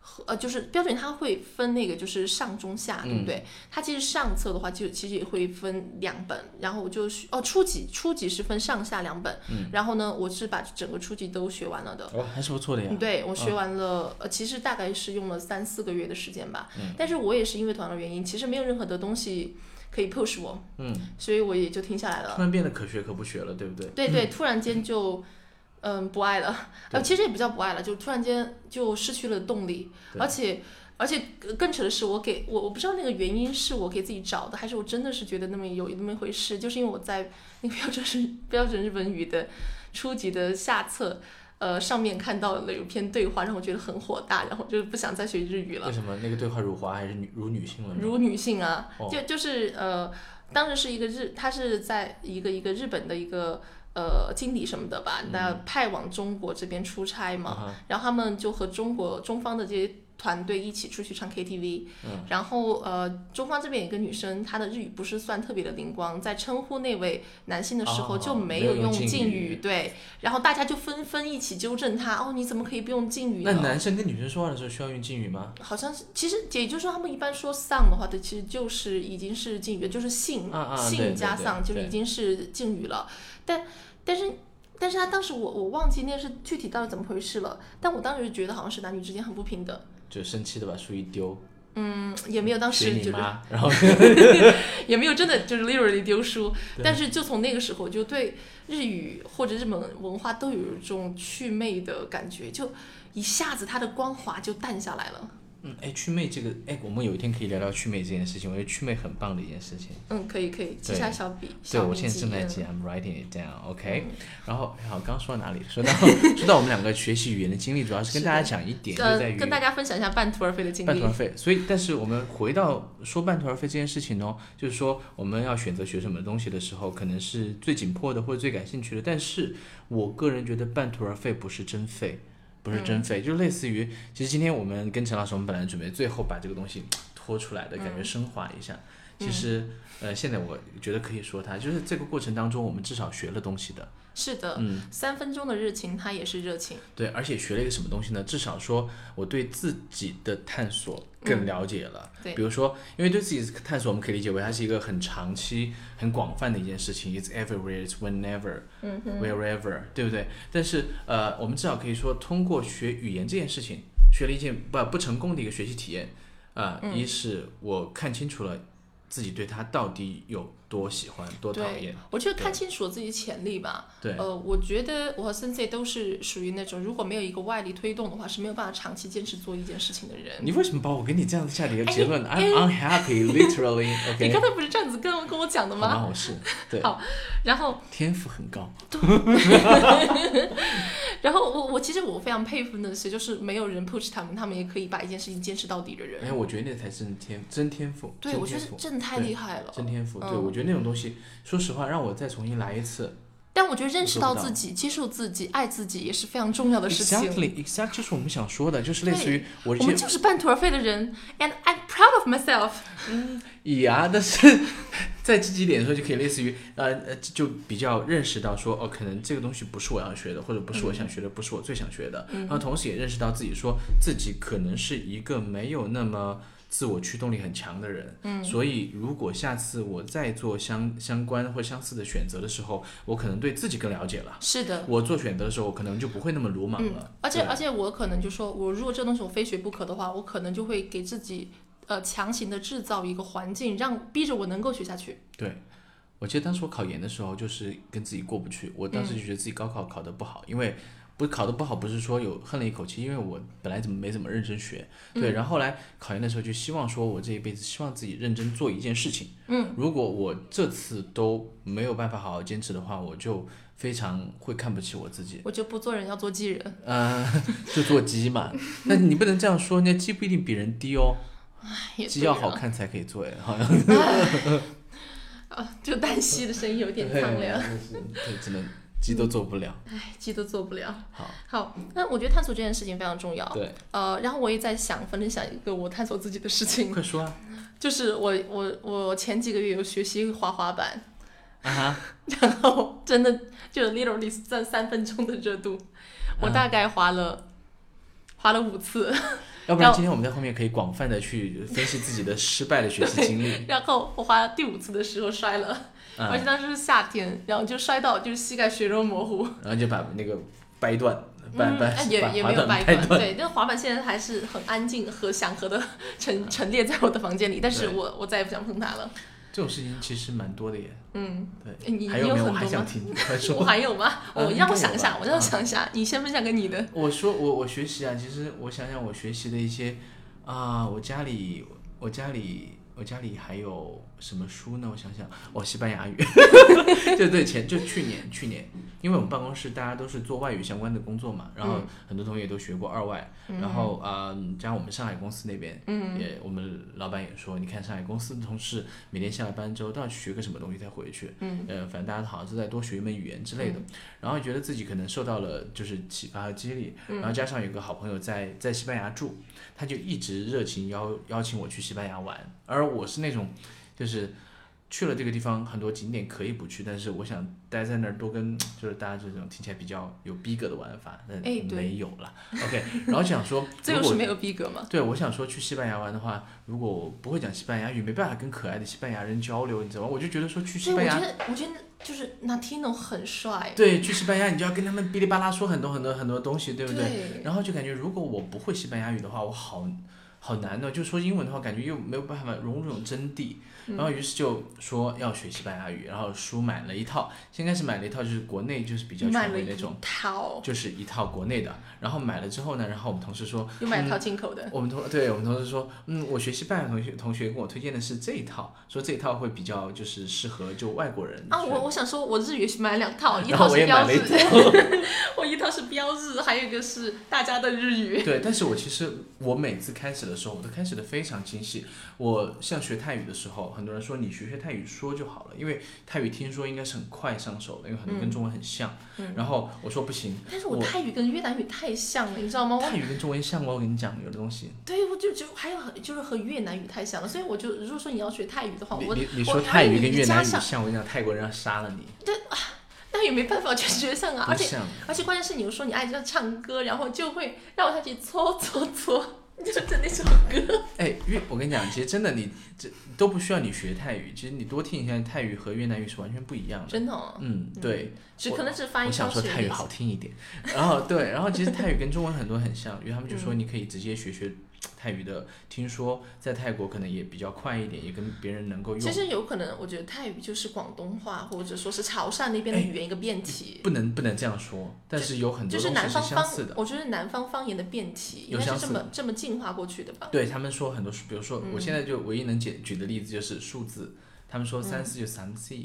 A: 和。呃，就是标准，它会分那个就是上中下，对不对？它其实上册的话就，其实也会分两本。然后我就学哦，初级初级是分上下两本。然后呢，我是把整个初级都学完了的。
B: 哦，还是不错的呀。
A: 对，我学完了，呃，其实大概是用了三四个月的时间吧。但是我也是因为同样的原因，其实没有任何的东西可以 push 我，
B: 嗯，
A: 所以我也就停下来了。
B: 突然变得可学可不学了，对不对？
A: 对对，突然间就，嗯，不爱了。呃，其实也不叫不爱了，就突然间就失去了动力，
B: 对
A: 而且。而且更扯的是，我给我我不知道那个原因是我给自己找的，还是我真的是觉得那么有那么一回事，就是因为我在那个标准日标准日本语的初级的下册，呃上面看到了有篇对话，让我觉得很火大，然后就是不想再学日语了
B: 为。什么那个对话辱华还是女辱女性了呢？
A: 如女性啊，
B: 哦
A: 就就是呃，当时是一个日，他是在一个一个日本的一个呃经理什么的吧，那派往中国这边出差嘛，
B: 嗯啊
A: 然后他们就和中国中方的这些团队一起出去唱 KTV，、然
B: 嗯
A: 后呃，中方这边有一个女生，她的日语不是算特别的灵光，在称呼那位男性的时候
B: 哦
A: 就
B: 没
A: 有
B: 有用敬
A: 敬
B: 语
A: 对，然后大家就纷纷一起纠正她，哦，你怎么可以不用敬语
B: 那
A: 呢？
B: 男生跟女生说话的时候需要用敬语吗？
A: 好像是，其实也就是说，他们一般说丧的话，它其实就是已经是敬语，就是姓、
B: 啊啊对
A: 姓
B: 对
A: 加
B: 对
A: 丧，就是
B: 对
A: 已经是敬语了。但但是但是他当时我我忘记那是具体到底怎么回事了，但我当时觉得好像是男女之间很不平等，
B: 就生气的把书一丢，
A: 嗯，也没有当
B: 学
A: 时
B: 你
A: 就是
B: 妈，然 后
A: 也没有真的就是 literally 丢书，但是就从那个时候就对日语或者日本文化都有一种祛魅的感觉，就一下子它的光华就淡下来了。
B: 嗯，哎，祛魅这个，哎，我们有一天可以聊聊祛魅这件事情，我觉得祛魅很棒的一件事情。
A: 嗯，可以可以，记
B: 对
A: 下小笔，
B: 对，
A: 小
B: 我
A: 笔
B: 现在正在
A: 嗯
B: 记，I'm 啊 writing it down，OK、然后，哎好，刚刚说到哪里？说到 说到我们两个学习语言的经历，主要是跟
A: 是
B: 大
A: 的
B: 家讲一点，就
A: 呃
B: 在于，
A: 跟大家分享一下半途而废的经
B: 半
A: 历
B: 途而。废。所以，但是我们回到说半途而废这件事情呢，就是说我们要选择学什么东西的时候，可能是最紧迫的或者最感兴趣的。但是我个人觉得半途而废不是真废，不是真废，就类似于其实今天我们跟陈老师，我们本来准备最后把这个东西拖出来的感觉升华一下。其实，呃，现在我觉得可以说它，就是这个过程当中，我们至少学了东西的。
A: 是的，
B: 嗯
A: 三分钟的热情，它也是热情。
B: 对，而且学了一个什么东西呢？至少说我对自己的探索更了解了。
A: 对
B: 比如说，因为对自己的探索，我们可以理解为它是一个很长期、很广泛的一件事情，it's everywhere, it's whenever,
A: 嗯
B: wherever，对不对？但是呃，我们至少可以说，通过学语言这件事情，学了一件不不成功的一个学习体验。啊、
A: 嗯
B: 一是我看清楚了自己对它到底有多喜欢、多讨
A: 对
B: 厌。，
A: 我觉得看清楚自己潜力吧。
B: 对
A: 呃，我觉得我和 Sensei 都是属于那种如果没有一个外力推动的话，是没有办法长期坚持做一件事情的人。
B: 你为什么把我跟你这样下的一个
A: 哎
B: 结论？I'm unhappy, literally. OK，
A: 你刚才不是这样子跟跟我讲的
B: 好
A: 吗？
B: 吧，我是对，
A: 好然后
B: 天赋很高，
A: 然后我我其实我非常佩服那些就是没有人 push 他们，他们也可以把一件事情坚持到底的人。
B: 哎，我觉得那才真天真天赋，
A: 对，
B: 真
A: 我觉
B: 天
A: 得
B: 赋
A: 真的太
B: 对
A: 厉害了。
B: 真天赋，对
A: 嗯
B: 我觉得那种东西，说实话，让我再重新来一次，
A: 但我觉得认识
B: 做
A: 到
B: 不到
A: 自己、接受自己、爱自己也是非常重要的事情。
B: Exactly, exact 就是我们想说的，就是类似于我
A: 我们
B: 这
A: 就是半途而废的人，and I'm proud of myself。
B: 呀，但是再积极一点说，就可以类似于呃呃，就比较认识到说哦，可能这个东西不是我要学的，或者不是我
A: 嗯
B: 想学的，不是我最想学的。然后同时也认识到自己说自己可能是一个没有那么。自我驱动力很强的人，嗯，所以如果下次我再做相相关或相似的选择的时候，我可能对自己更了解了。
A: 是的，
B: 我做选择的时候，我可能就不会那么鲁莽
A: 嗯
B: 了。，
A: 而且
B: 对
A: 而且我可能就说，我如果这东西我非学不可的话，我可能就会给自己呃强行的制造一个环境，让逼着我能够学下去。
B: 对，我记得当时我考研的时候，就是跟自己过不去。我当时就觉得自己高考考得不好，因为不考得不好，不是说有恨了一口气，因为我本来怎么没怎么认真学。
A: 嗯
B: 对，然后后来考研的时候就希望说，我这一辈子希望自己认真做一件事情。嗯，如果我这次都没有办法好好坚持的话，我就非常会看不起我自己。
A: 我就不做人，要做鸡人。
B: 呃，就做 鸡嘛，但你不能这样说，人家鸡不一定比人低哦，
A: 哎也
B: 鸡
A: 对
B: 要
A: 啊
B: 好看才可以做哎，好像。
A: 啊，这个叹息的声音有点
B: 对
A: 苍凉。，
B: 对，只能鸡都做不了。
A: 哎，鸡都做不了。
B: 好，
A: 好，那我觉得探索这件事情非常重要。
B: 对，
A: 呃，然后我也在想分享一个我探索自己的事情，
B: 快说啊！
A: 就是我我我前几个月有学习滑滑板，
B: 啊哈，
A: 然后真的就 literally 是占三分钟的热度，
B: 嗯
A: 我大概滑了、滑了五次，
B: 要不然今天我们在后面可以广泛的去分析自己的失败的学 习经历。
A: 然后我滑第五次的时候摔了，
B: 嗯
A: 而且当时是夏天，然后就摔到就是膝盖血肉模糊，
B: 然后就把那个掰断，掰
A: 嗯
B: 掰
A: 哎也
B: 把
A: 也
B: 滑
A: 没有
B: 板
A: 掰
B: 断。
A: 对，那个滑板现在还是很安静和祥和的陈陈列在我的房间里，但是
B: 嗯对
A: 我我再也不想碰它了。
B: 这种事情其实蛮多的耶。
A: 嗯，
B: 对，
A: 你
B: 还
A: 你有
B: 有没有？
A: 很
B: 我还
A: 多
B: 想
A: 吗？
B: 听你快
A: 我
B: 说。
A: 还有吗？
B: 嗯
A: 我
B: 应
A: 让我
B: 该有
A: 想一下
B: 吧，
A: 我让我
B: 嗯
A: 想一下，你先分享个你的。
B: 我说我我学习啊，其实我想想我学习的一些啊、我家里我家里我家里还有什么书呢？我想想，哦，西班牙语， 对对，前就去年去年，因为我们办公室大家都是做外语相关的工作嘛，然后很多同学也都学过二外，然后啊、加上我们上海公司那边，嗯，也我们老板也说，你看上海公司的同事每天下了班之后都要去学个什么东西才回去，嗯，呃，反正大家好像都在多学一门语言之类的，然后觉得自己可能受到了就是启发和激励，然后加上有个好朋友在在西班牙住，他就一直热情邀邀请我去西班牙玩，而我是那种就是去了这个地方很多景点可以不去，但是我想待在那儿多跟就是大家这种听起来比较有逼格的玩法，但
A: 哎对
B: 没有了，OK，然后 想说
A: 这
B: 如
A: 有
B: 果
A: 什么有逼格吗？
B: 对，我想说去西班牙玩的话，如果我不会讲西班牙语，没办法跟可爱的西班牙人交流，你知道吗？我就觉得说去
A: 对，
B: 西
A: 我
B: 班
A: 觉
B: 牙，
A: 得我觉得就是那 a t i n o 很帅，
B: 对，去西班牙你就要跟他们哔哩吧啦说很多很多很多东西，对不对？
A: 对
B: 然后就感觉如果我不会西班牙语的话，我好好难哦的，就说英文的话，感觉又没有办法融入这种真谛。然
A: 嗯
B: 后于是就说要学西班牙语，然后书买了一套，先开始买了一套就是国内就是比较
A: 买
B: 权
A: 了
B: 威
A: 一
B: 那种，
A: 套，
B: 就是一套国内的。然后买了之后呢，然后我们同事说，
A: 又买了
B: 嗯
A: 套进口的，
B: 我们同对我们同事说，嗯，我学西班牙同学同学跟我推荐的是这一套，说这一套会比较就是适合就外国人
A: 啊，
B: 学
A: 我我想说，我日语是买了两 套，一
B: 然后
A: 套
B: 我也
A: 是
B: 买
A: 标
B: 了一
A: 志，
B: 套。
A: 我一套是标志，还有一个是大家的日语。
B: 对，但是我其实我每次开始的时候，我都开始的非常精细。我像学泰语的时候，很多人说你学学泰语说就好了，因为泰语听说应该是很快上手的，因为很多
A: 嗯
B: 跟中文很像。然后我说不行，
A: 但是我
B: 我
A: 泰语跟越南语太像了，你知道吗？我
B: 泰语跟中文像吗？我跟你讲，有的东西。
A: 对我就就还有很就是和越南语太像了，所以我就如果说你要学泰语的话，
B: 你
A: 哦我
B: 你你
A: 我
B: 说泰语
A: 你
B: 跟越
A: 加
B: 南语
A: 上，
B: 像，我跟你讲，泰国人要杀了你，
A: 那也没办法，就学像啊，
B: 不
A: 而且
B: 像。
A: 而且关键是你又说你爱这样唱歌，然后就会让我想起搓搓搓， 就是那首歌。
B: 哎，越我跟你讲，其实真的你这都不需要你学泰语，其实你多听一下泰语和越南语是完全不一样的。
A: 真的、哦，
B: 嗯，对，
A: 只
B: 我
A: 可能是发音
B: 我想
A: 方
B: 说
A: 式
B: 泰
A: 有
B: 语
A: 点
B: 好听一点，然后对，然后其实泰语跟中文很多很像，因为他们就
A: 嗯
B: 说你可以直接学学泰语的，听说在泰国可能也比较快一点，也跟别人能够
A: 其
B: 用。
A: 实有可能，我觉得泰语就是广东话或者说是潮汕那边的语言一个变体，
B: 不能不能这样说，但是有哎很
A: 就
B: 多
A: 是
B: 东西
A: 南
B: 是
A: 方
B: 相
A: 方
B: 似的，。
A: 我觉得南方方言的变体应
B: 有
A: 该
B: 相
A: 是
B: 似
A: 这么这么进化过去的吧？
B: 对他们说很多，比如说我现在
A: 嗯
B: 就唯一能解举的例子就是数字，他们说三四就三四，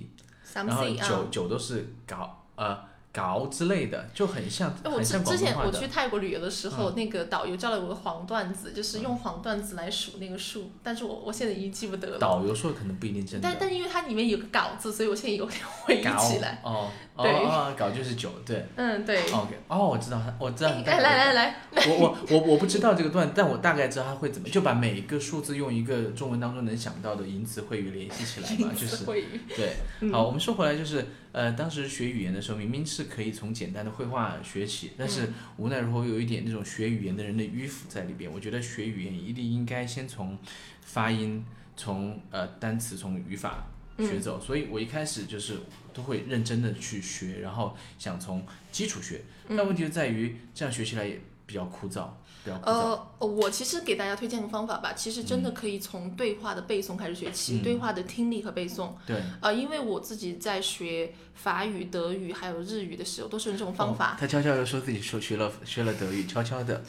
A: 三
B: 然后
A: C
B: 九
A: 啊，
B: 九都是搞呃搞之类的，就很像
A: 哎，我
B: 很
A: 之之
B: 像广东
A: 前
B: 话
A: 我
B: 的嗯
A: 去泰国旅游的时候，那个导游教了我个黄段子，就是用黄段子来数那个数，但是我我现在已经记不得了。
B: 导游说的可能不一定真的。
A: 但但因为它里面有个“稿”字，所以我现在有点回忆
B: 搞
A: 起来。
B: 哦哦
A: 对
B: 哦，搞就是酒，对。
A: 嗯，对。
B: OK，哦，我知道他，我知道
A: 哎
B: 你大
A: 哎，
B: 概
A: 来来来，
B: 我我我我不知道这个段，但我大概知道他会怎么，就把每一个数字用一个中文当中能想到的淫词汇语联系起来嘛，啊就是
A: 会语。 嗯
B: 对。好，我们说回来就是，呃，当时学语言的时候，明明是可以从简单的绘画学起，但
A: 嗯
B: 是无奈如何有一点那种学语言的人的迂腐在里边。我觉得学语言一定应该先从发音、从呃单词、从语法
A: 嗯
B: 学走，所以我一开始就是都会认真的去学，然后想从基础学。
A: 嗯
B: 但问题就在于这样学起来也比较枯燥，比较枯燥。
A: 呃，我其实给大家推荐个方法吧，其实真的可以从对话的背诵开始学起，
B: 嗯
A: 对话的听力和背诵。
B: 对，
A: 呃，因为我自己在学法语、德语还有日语的时候，都是用这种方
B: 哦
A: 法。
B: 他悄悄又说自己说学了学了德语，悄悄的。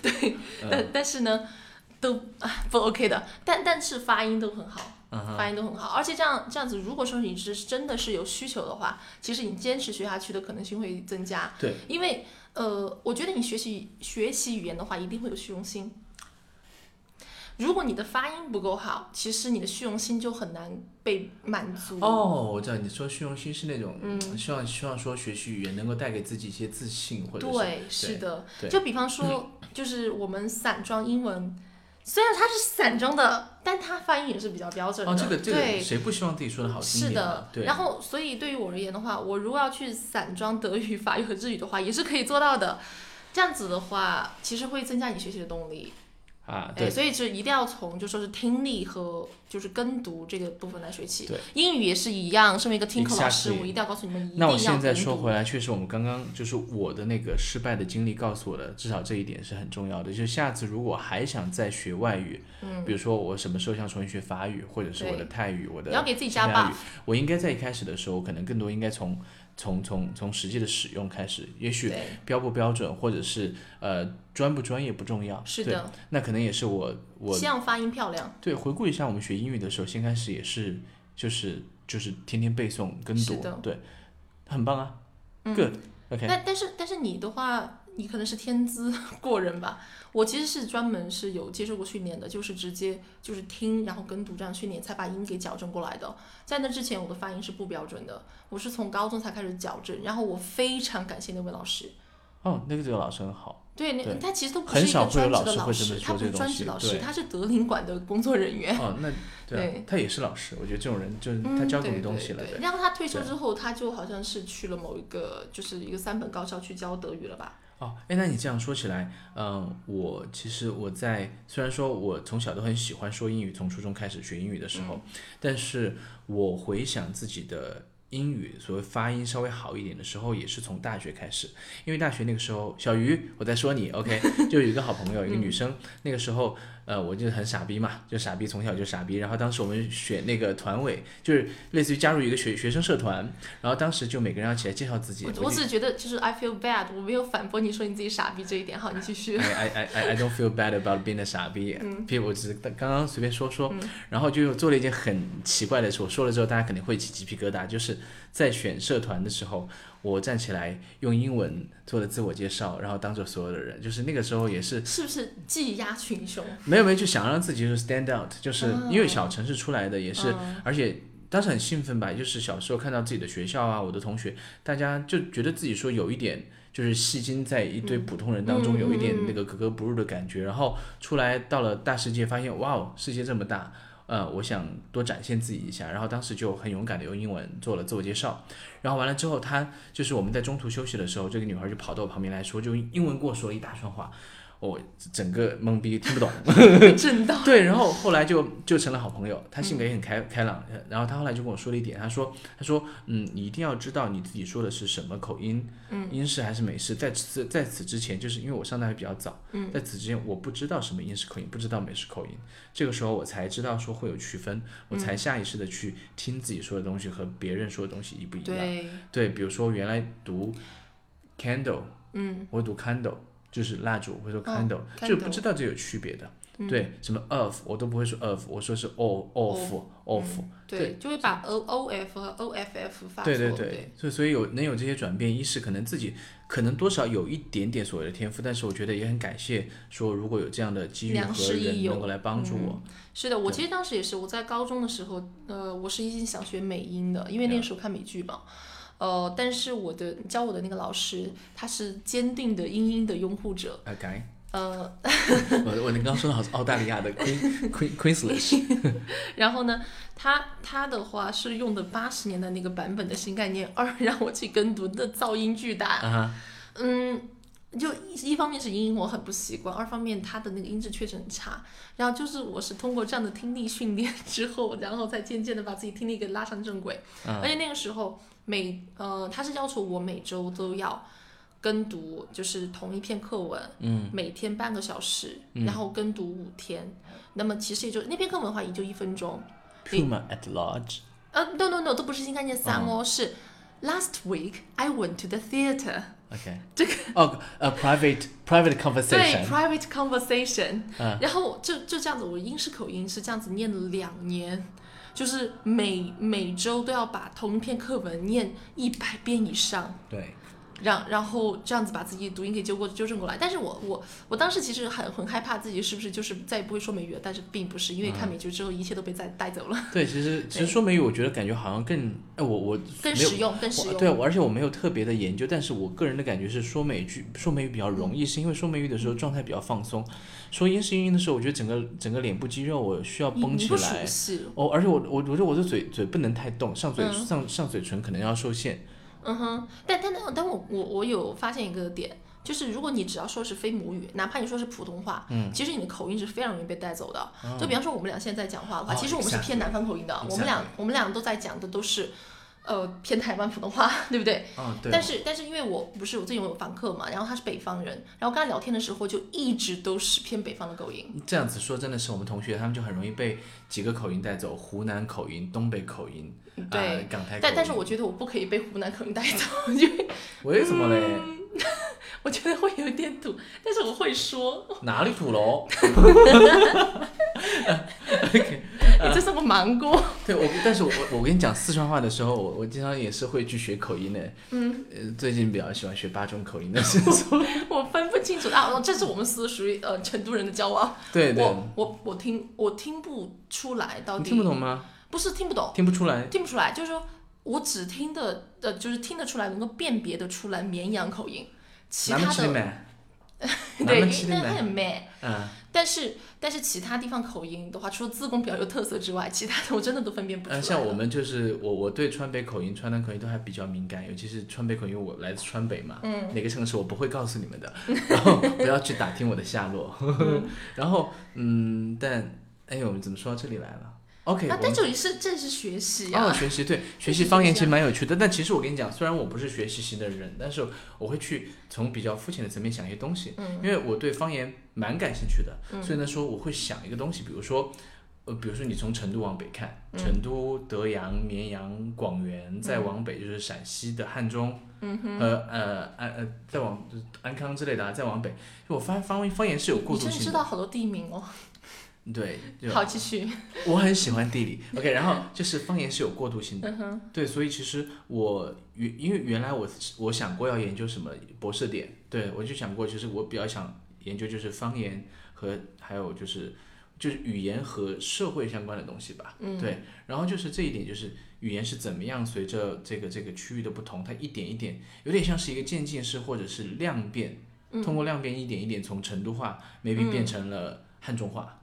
A: 对，
B: 嗯
A: 但但是呢，都啊不 OK 的，但但是发音都很好。
B: 嗯哼，
A: 发音都很好，而且这样这样子，如果说你是真的是有需求的话，其实你坚持学下去的可能性会增加。
B: 对，
A: 因为呃，我觉得你学习学习语言的话，一定会有虚荣心。如果你的发音不够好，其实你的虚荣心就很难被满足。
B: 哦，我知道你说虚荣心是那种，
A: 嗯
B: 希望希望说学习语言能够带给自己一些自信，或者是
A: 对，是的。
B: 对
A: 就比方 说，就是我们散装英文，虽然它是散装的，但它发音也是比较标准的。
B: 哦，这个这
A: 对
B: 个谁不希望自己说的好听
A: 是
B: 一点
A: 的
B: 啊？，对，
A: 然后所以对于我而言的话，我如果要去散装德语、法语和日语的话，也是可以做到的。这样子的话，其实会增加你学习的动力。
B: 啊，
A: 哎，
B: 对，
A: 所以就一定要从就说是听力和就是跟读这个部分来学习。
B: 对，
A: 英语也是一样。身为一个听课老师，
B: Exactly
A: 我一定要告诉你哎们，一定
B: 那
A: 要
B: 我现在
A: 跟
B: 说
A: 读
B: 回来，确实我们刚刚就是我的那个失败的经历告诉我的，至少这一点是很重要的。就下次如果还想再学外语，嗯，比如说我什么时候想重新学法语，或者是我的
A: 对
B: 泰语，我的
A: 你要给自己
B: 西
A: 加
B: 班牙
A: buff
B: 语。我应该在一开始的时候，可能更多应该从从从从实际的使用开始，也许
A: 对
B: 标不标准，或者是呃专不专业不重要。
A: 是
B: 对，
A: 的，
B: 那可能也是我我
A: 希望发音漂亮。
B: 对回顾一下我们学英语的时候，先开始也是就是就是天天背诵跟
A: 是
B: 读
A: 的，嗯
B: 对，很棒啊、g o o d OK，
A: 但但是但是你的话，你可能是天资 过人吧。我其实是专门是有接受过训练的，就是直接就是听，然后跟读这样训练，才把音给矫正过来的。在那之前，我的发音是不标准的，我是从高中才开始矫正。然后我非常感谢那位老师，
B: 哦，那个这个老师很好，
A: 对，那
B: 对
A: 他其实都不
B: 很
A: 是一
B: 少
A: 个
B: 会有
A: 专
B: 老
A: 职的
B: 师
A: 老
B: 会这么
A: 师，他
B: 说
A: 不
B: 这
A: 是
B: 个
A: 专
B: 东
A: 职
B: 西
A: 老师，
B: 对
A: 他是德林馆的工作人员。
B: 哦，那对,、啊
A: 对
B: 他也是老师，我觉得这种人就是
A: 嗯，
B: 他教给
A: 对
B: 你东
A: 对
B: 西了，
A: 对
B: 对
A: 然后他退休
B: 对
A: 之后，他就好像是去了某一个，就是一个三本高校去教德语了吧？
B: 哦，哎，那你这样说起来，嗯、我其实我在虽然说我从小都很喜欢说英语，从初中开始学英语的时
A: 嗯
B: 候，但是我回想自己的英语，所谓发音稍微好一点的时候，也是从大学开始，因为大学那个时候，小鱼，我在说你，OK，就有 一个好朋友，一个
A: 嗯
B: 女生，那个时候，呃，我就很傻逼嘛，就傻逼，从小就傻逼。然后当时我们选那个团委，就是类似于加入一个学学生社团，然后当时就每个人要起来介绍自己。
A: 我我
B: 记
A: 只觉得就是 I feel bad，我没有反驳你说你自己傻逼这一点哈，你继续。
B: I I I- I I don't feel bad about being a 傻逼，譬如我只是刚刚随便说说，然后就又做了一件很奇怪的事，我说了之后大家肯定会起鸡皮疙瘩，就是在选社团的时候，我站起来用英文做了自我介绍，然后当着所有的人，就是那个时候也是
A: 是不是技压群雄？
B: 没有没有就想让自己就是 stand out，就是因为小城市出来的也是，而且。当时很兴奋吧，就是小时候看到自己的学校啊，我的同学，大家就觉得自己说有一点就是戏精在一堆普通人当中
A: 嗯
B: 有一点那个格格不入的感觉，然后出来到了大世界，发现哇哦，世界这么大，呃，我想多展现自己一下，然后当时就很勇敢的用英文做了自我介绍，然后完了之后，她就是我们在中途休息的时候，这个女孩就跑到我旁边来说，就用英文跟我说了一大串话，我整个懵逼，听不懂。
A: 被震到。
B: 对，然后后来就就成了好朋友，他性格也很开开朗。呃然后他后来就跟我说了一点，他说他说嗯，你一定要知道你自己说的是什么口音，嗯，英式还是美式。在此在此之前，就是因为我上大学比较早，嗯，在此之前我不知道什么英式口音，不知道美式口音，这个时候我才知道说会有区分，我才下意识的去听自己说的东西和别人说的东西 一不一样。
A: 对，
B: 对，比如说我原来读 candle，嗯，我读 candle 就是蜡烛，我说
A: 哦
B: 嗯 candle，、就
A: candle
B: 不知道这有区别的。
A: 嗯
B: 对，什么 of 我都不会说 of，我说是
A: 哦
B: o of
A: 嗯
B: of，
A: 对，就会把 o o f 和 o f f 发错。
B: 对对对，所以所以有能有这些转变，一是可能自己可能多少有一点点所谓的天赋，但是我觉得也很感谢说如果有这样的机遇
A: 良
B: 和
A: 师益
B: 人
A: 友嗯
B: 能够来帮助我，
A: 是的，我其实当时也是，我在高中的时候，呃，我是一心想学美音的，因为那时候看美剧嘛。呃，但是我的教我的那个老师，他是坚定的英音的拥护者。
B: 啊、改，
A: 呃，
B: 我我刚刚说的好像是澳大利 亚的 Queen Queen Queensless，
A: 然后呢，他他的话是用的八十年代那个版本的新概念二， 让我去跟读的噪音巨大。
B: 啊哈，
A: 嗯，就一一方面是英音我很不习惯，二方面他的那个音质确实很差。然后就是我是通过这样的听力训练之后，然后再渐渐的把自己听力给拉上正轨。
B: 啊
A: 而且那个时候每呃，他是要求我每周都要。跟读就是同一篇课文，嗯，每天半个小时，然后跟读五天，那么其实也就那篇课文的话也就一分钟，
B: Puma at large，
A: 呃、n o no no，都不是新概念三哦，是 Last week I went to the theater，
B: OK，
A: 这个
B: 哦，呃，private private
A: 对
B: conversation，
A: private conversation，、
B: 嗯
A: 然后就就这样子，我英式口音是这样子念了两年，就是每每周都要把同一篇课文念一百遍以上。
B: 对，
A: 让然后这样子把自己读音给纠过纠正过来。但是我我我当时其实很很害怕自己是不是就是再也不会说美语了，但是并不是，因为
B: 嗯
A: 看美剧之后一切都被带带走 了，
B: 对，其实其实说美语，我觉得感觉好像更，哎，我我
A: 更
B: 没有
A: 实用，更实
B: 我
A: 用。
B: 对，啊我而且我没有特别的研究，但是我个人的感觉是说美剧说美语比较容
A: 嗯
B: 易，是因为说美语的时候状态比较放松，说英式英语的时候，我觉得整个整个脸部肌肉我需要
A: 你
B: 绷
A: 你
B: 起
A: 不熟
B: 来。
A: 悉，
B: 哦，而且我我我觉得我的嘴嘴不能太动，上嘴、
A: 嗯
B: 上上嘴唇可能要受限。
A: 嗯哼，但但但但我我我有发现一个点，就是如果你只要说是非母语，哪怕你说是普通话，嗯，其实你的口音是非常容易被带走的。就比方说我们俩现在在讲话的话，
B: 嗯哦
A: 其实我们是
B: exactly，
A: 偏南方口音的，我们俩
B: exactly
A: 我们俩都在讲的都是。呃，偏台湾普通话， 对不对？
B: 哦，
A: 但是但是，因为我不是我最近有访客嘛，然后他是北方人，然后跟他聊天的时候就一直都是偏北方的口音。
B: 这样子说真的是我们同学，他们就很容易被几个口音带走，湖南口音、东北口音，
A: 对
B: 呃、港台口音。
A: 但但是我觉得我不可以被湖南口音带走， 因为
B: 为什么嘞？
A: 嗯我觉得会有一点土，但是我会说，
B: 哪里土楼？嗯
A: 你这是我忙过。
B: 对我，但是我我我跟你讲四川话的时候，我我经常也是会去学口音的。嗯，呃，最近比较喜欢学巴中口音的。
A: 我分不清楚啊，这是我们是属于呃成都人的骄傲。
B: 对对，
A: 我我我听我听不出来到
B: 你
A: 底
B: 听不，懂吗？
A: 不是听不懂，
B: 听不出来。
A: 听不出来，就是说我只听的呃，就是听得出来，能够辨别得出来绵阳口音，其
B: 南门
A: 他
B: 吃的嗯
A: 的
B: 蛮，南
A: 对，
B: 门吃
A: 因为
B: 的
A: 那
B: 蛮，
A: 很 man。
B: 嗯，
A: 但是但是其他地方口音的话，除了自贡比较有特色之外，其他的我真的都分辨不出来
B: 呃，
A: 了。
B: 像我们就是我我对川北口音、川南口音都还比较敏感，尤其是川北口音，因为我来自川北嘛，嗯，哪个城市我不会告诉你们 的，然后不要去打听我的下落。 然后嗯，但哎呦，我们怎么说到这里来了？OK，我
A: 啊
B: 们，
A: 但这里是这里是学习啊，
B: 哦，学习对学
A: 习
B: 习
A: 就
B: 方言
A: 这
B: 其实蛮有趣的，但其实我跟你讲，虽然我不是学习型的人，但是我会去从比较肤浅的层面想一些东西，
A: 嗯
B: 因为我对方言蛮感兴趣的，所以呢说我会想一个东西，比如说。呃，比如说你从成都往北看，
A: 嗯
B: 成都、德阳、绵阳、广元，再往北就是陕西的汉中，嗯、和呃安呃，再往就是安康之类的、啊，再往北，就我发现方方言是有过
A: 你
B: 渡
A: 真的
B: 性
A: 知
B: 的。
A: 道好多地名哦。
B: 对，就
A: 好，继续。
B: 我很喜欢地理。OK，然后就是方言是有过渡性的，对，所以其实我原因为原来我我想过要研究什么博士点，对我就想过，就是我比较想研究就是方言和还有就是就是语言和社会相关的东西吧，对，然后就是这一点就是语言是怎么样随着这个这个区域的不同，它一点一点有点像是一个渐进式或者是量变，通过量变一点一点从成都话 maybe 变成了汉中话。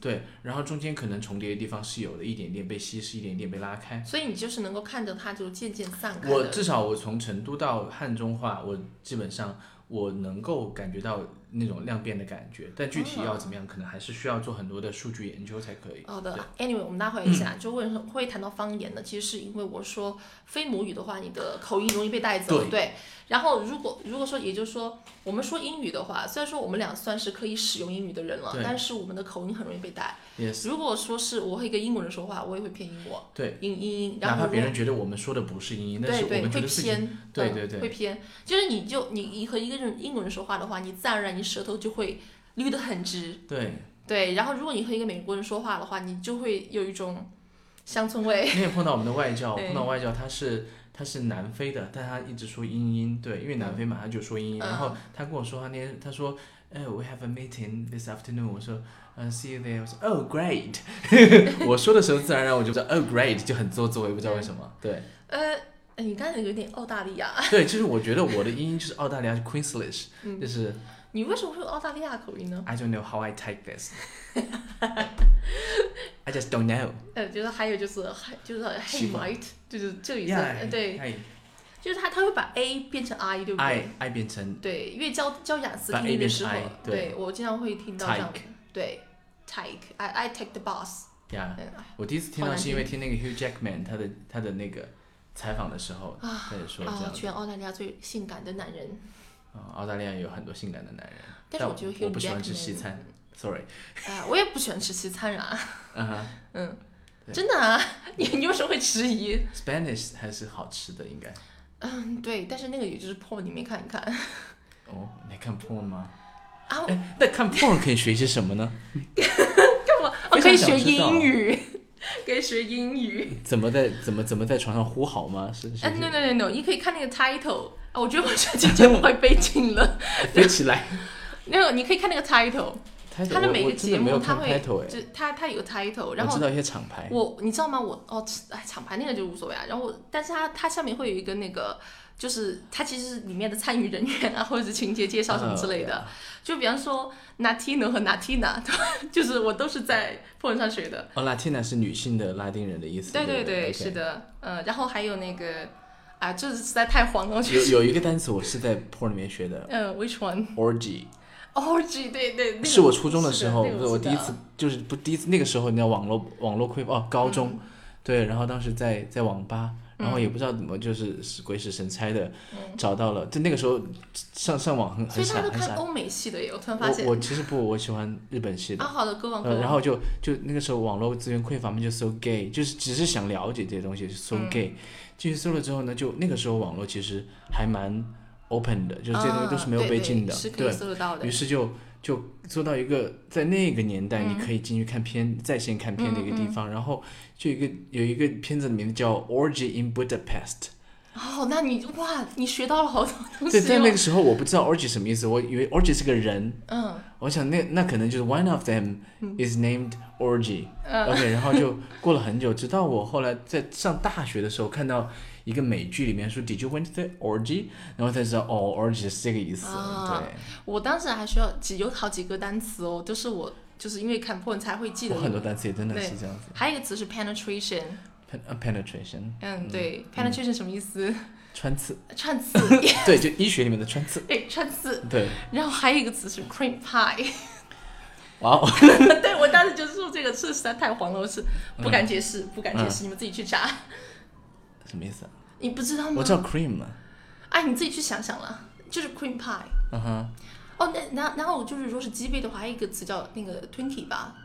B: 对，然后中间可能重叠的地方是有的，一点点被稀释，一点点被拉开。
A: 所以你就是能够看着它就渐渐散开
B: 我
A: 的。
B: 至少我从成都到汉中话，我基本上我能够感觉到那种量变的感觉，但具
A: 哦
B: 体要怎么样，可能还是需要做很多的数据研究才可以。
A: 好的，Anyway，我们拉回一下，就为什么会谈到方言呢？其实是因为我说非母语的话，你的口音容易被带走。
B: 对
A: 然后如果如果说，也就是说，我们说英语的话，虽然说我们俩算是可以使用英语的人了
B: 对，
A: 但是我们的口音很容易被带。
B: 也
A: 如果说是我和一个英国人说话，我也会偏英国，
B: 对，
A: 英英英，然
B: 哪
A: 后
B: 怕
A: 如
B: 别
A: 果
B: 人觉得我们说的不是英音，但
A: 对
B: 是我
A: 对
B: 们觉
A: 会
B: 得自己
A: 偏，
B: 对
A: 嗯
B: 对对
A: 会偏，就是你就你你和一个人英国人说话的话，你自然而然你舌头就会捋得很直，
B: 对
A: 对，然后如果你和一个美国人说话的话，你就会有一种乡村味。
B: 你也碰到我们的外教，
A: 对
B: 碰到外教，他是他是南非的，但他一直说英音，对，因为南非嘛，他就说英音。
A: 嗯
B: 然后他跟我说话那天，他说，呃、w e have a meeting this afternoon。我说，呃、s e e you there。我说，Oh great 。 我说的时候，自然而然我就知道，Oh great，就很做作，我也不知道为什么。对，
A: 呃，你刚才有点澳大利亚，
B: 对，就是我觉得我的英音就是澳大利亚 Queenslish，
A: 嗯
B: 就是
A: 你为什么会有澳大利亚口音呢？
B: I don't know how I take this 。I just don't know。
A: 呃，就是还有就是还就是
B: 习
A: hey
B: 惯
A: mate，就是这里
B: Yeah，
A: 在对，
B: I
A: 就是他他会把 a 变成 i，对不
B: I
A: 对？
B: I 变成
A: 对，因为教教雅思
B: 把
A: 听
B: A
A: 力
B: 变
A: 的
B: 成
A: 时候
B: I，，对
A: 对我经常会听到这样的
B: Take，
A: 对，take I I take the bus，
B: 呀。
A: 嗯
B: 我第一次听到
A: 好难
B: 是因为听那个 Hugh Jackman 他的他的那个采访的时候，
A: 啊
B: 他也说这
A: 啊
B: 样，子。
A: 全澳大利亚最性感的男人，
B: 啊澳大利亚有很多性感的男人，
A: 但是
B: 但
A: 我觉得 Hugh
B: 我不喜欢吃
A: Jackman-
B: 西餐，sorry，
A: 啊，我也不喜欢吃西餐啊，
B: 嗯哼
A: 嗯，
B: 对
A: 真的啊，你你为什么会迟疑？
B: ，Spanish 还是好吃的应该。
A: 嗯，对，但是那个也就是 porn 里面看一看
B: 哦，你看 porn 吗？
A: 啊，我
B: 哎，那看 porn 可以学些什么呢？
A: 我
B: 非
A: 可以
B: 常想
A: 学
B: 知道
A: 英语，可以学英语。
B: 怎么在怎么怎么在床上呼嚎吗？是是
A: 哎，no
B: 是
A: no no no，你可以看那个 title 啊，我觉得我这期节目快被禁了。
B: 飞起来。
A: 那个你可以看那个 title，
B: title，
A: 它的
B: 我
A: 每
B: 我
A: 个
B: 真
A: 节
B: 的没有
A: 目它
B: 看
A: 会
B: title 哎，
A: 就它它有 title，然
B: 我知
A: 后
B: 道一些厂牌。
A: 我你知道吗？我哦，哎，厂牌那个就无所谓啊。然后，但是它它下面会有一个那个，就是它其实是里面的参与人员啊，或者是情节介绍什么之
B: 啊
A: 类的。啊就比方说 Latino 和 Latina，就是 我都是在 p o 上学的。
B: 哦，Latina 是女性的拉丁人的意思。
A: 对对
B: 对
A: 对，
B: OK
A: 是的，嗯，然后还有那个啊，这实在太黄了，我觉
B: 有
A: 得。
B: 有一个单词我是在 porn 里面学的
A: 嗯，which one？
B: ，orgy。
A: 哦，对对对，那个
B: 是我初中的时候，
A: 是的那
B: 不
A: 个
B: 是我
A: 记得
B: 第一次，就是不第一次那个时候，你知道网络网络匮乏哦，高中，
A: 嗯
B: 对，然后当时在在网吧，然后也不知道怎么就是是鬼使神差的、找到了，就那个时候上上网很
A: 嗯所
B: 很
A: 以大
B: 傻
A: 家都
B: 很
A: 看
B: 傻，
A: 欧美系的耶，我突然发现
B: 我我其实不，我喜欢日本系的，
A: 啊，好的，歌王歌
B: 呃，然
A: 王，
B: 后就就那个时候网络资源匮乏嘛，就搜 gay，就是只是想了解这些东西，就搜
A: 嗯
B: gay，进去搜了之后呢，就那个时候网络其实还蛮 open 的，就是这些东西都是没有
A: 啊
B: 被
A: 对
B: 禁的，
A: 对是可
B: 对
A: 以。搜得到的
B: 于。是就就做到一个在那个年
A: 嗯
B: 代你可以进去看片、在线看片的一个地方，然后就有一个有一个片子的名字叫《Orgy in Budapest
A: 哦，那你哇，你学到了好多》。东西
B: 对，
A: 哦。
B: 在那个时候我不知道 orgy 什么意思，我以为 orgy 是个人，
A: 嗯，
B: 我想那那可能就是 one of them is named orgy、OK，然后
A: 嗯
B: 就过了很久，直到我后来在上大学的时候看到一个美剧里面说 Did you went to the orgy？然后才知道哦，orgy 是这个意思。
A: 啊我当时还需要几有好几个单词哦，都是我就是因为看 porn 才会记
B: 对，
A: 得
B: 我很
A: 的。
B: 多单词也真的
A: 对
B: 是这样子。
A: 还有一个词是 penetration，
B: Pen- uh, penetration
A: 嗯，对，penetration 什么意 思？
B: 穿刺。
A: 串刺，
B: 对，就医学里面的穿刺。
A: 对，串刺。
B: 对，
A: 然后还有一个词是 cream pie，
B: 哇哦，
A: 对我当时就说这个词实在太黄了，我是
B: 嗯
A: 不敢解释，不敢解释，你们自己去查，
B: 什么意思啊？
A: 你不知道
B: 我
A: 吗
B: 知？道 cream 啊嘛，
A: 哎，你自己去想想了，就是 cream pie。
B: 嗯哼，
A: 哦，那然然后就是，如果是鸡背的话，还有一个词叫那个 twenty 吧。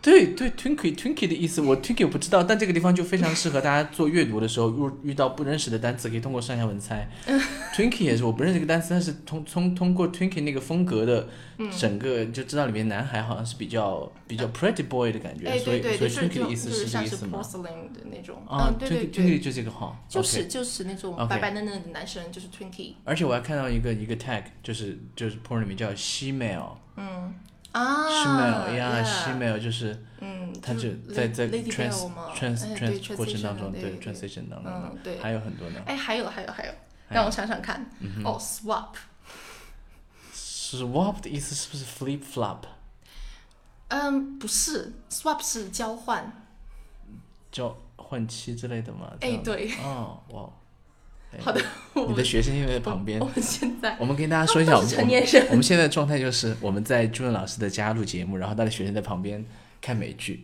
B: 对对，twinkly twinkly 的意思，我 twinkly 我不知道，但这个地方就非常适合大家做阅读的时候，遇遇到不认识的单词，可以通过上下文 猜。twinkly 也是我不认识这个单词，但是通通通过 twinkly 那个风格的整个就知道里面男孩好像是比较比较 pretty boy 的感觉，
A: 哎，
B: 所
A: 对
B: 以
A: 对对，就
B: 所以
A: 是
B: twinkly
A: 就
B: 的
A: 就
B: 意思是
A: 是
B: 这个
A: 像
B: 意
A: 是
B: 思吗？
A: porcelain 的那种。
B: 啊
A: 嗯，对对
B: ，twinkly
A: 对，
B: twinkly 就这个哈，
A: 就是就是那种
B: OK
A: 白白嫩嫩的男生，就是 twenty
B: 而且我还看到一个一个 tag，就是就是 porn 里面叫 s h e m a l e
A: 啊
B: s h e m a l e 呀
A: yeah
B: s h e m a l e 就是
A: 嗯，
B: 它
A: 就
B: 就是在
A: Lady-
B: 在
A: Lady
B: trans
A: Bell 嘛
B: trans
A: 哎对
B: trans 过程当中，
A: transition，
B: 对
A: 对对
B: transition 当
A: 嗯
B: 中，
A: 对
B: 还有嗯很多呢
A: 哎，还有还有还有，让我想想看，哦，swap，
B: ，swap 的意思是不是 flip flop
A: 嗯，不是，swap 是交换，
B: 叫换妻之类的吗？这
A: 哎，
B: 样，
A: 对，
B: 哦，哇，哎
A: 好的，我
B: 你的学生就在旁边
A: 我。们现在
B: 我们跟大家说一下，
A: 他
B: 我
A: 们都是
B: 们我
A: 成年
B: 们
A: 人
B: 我们现在的状态就是我们在朱文老师的家录节目，然后他的学生在旁边看美剧，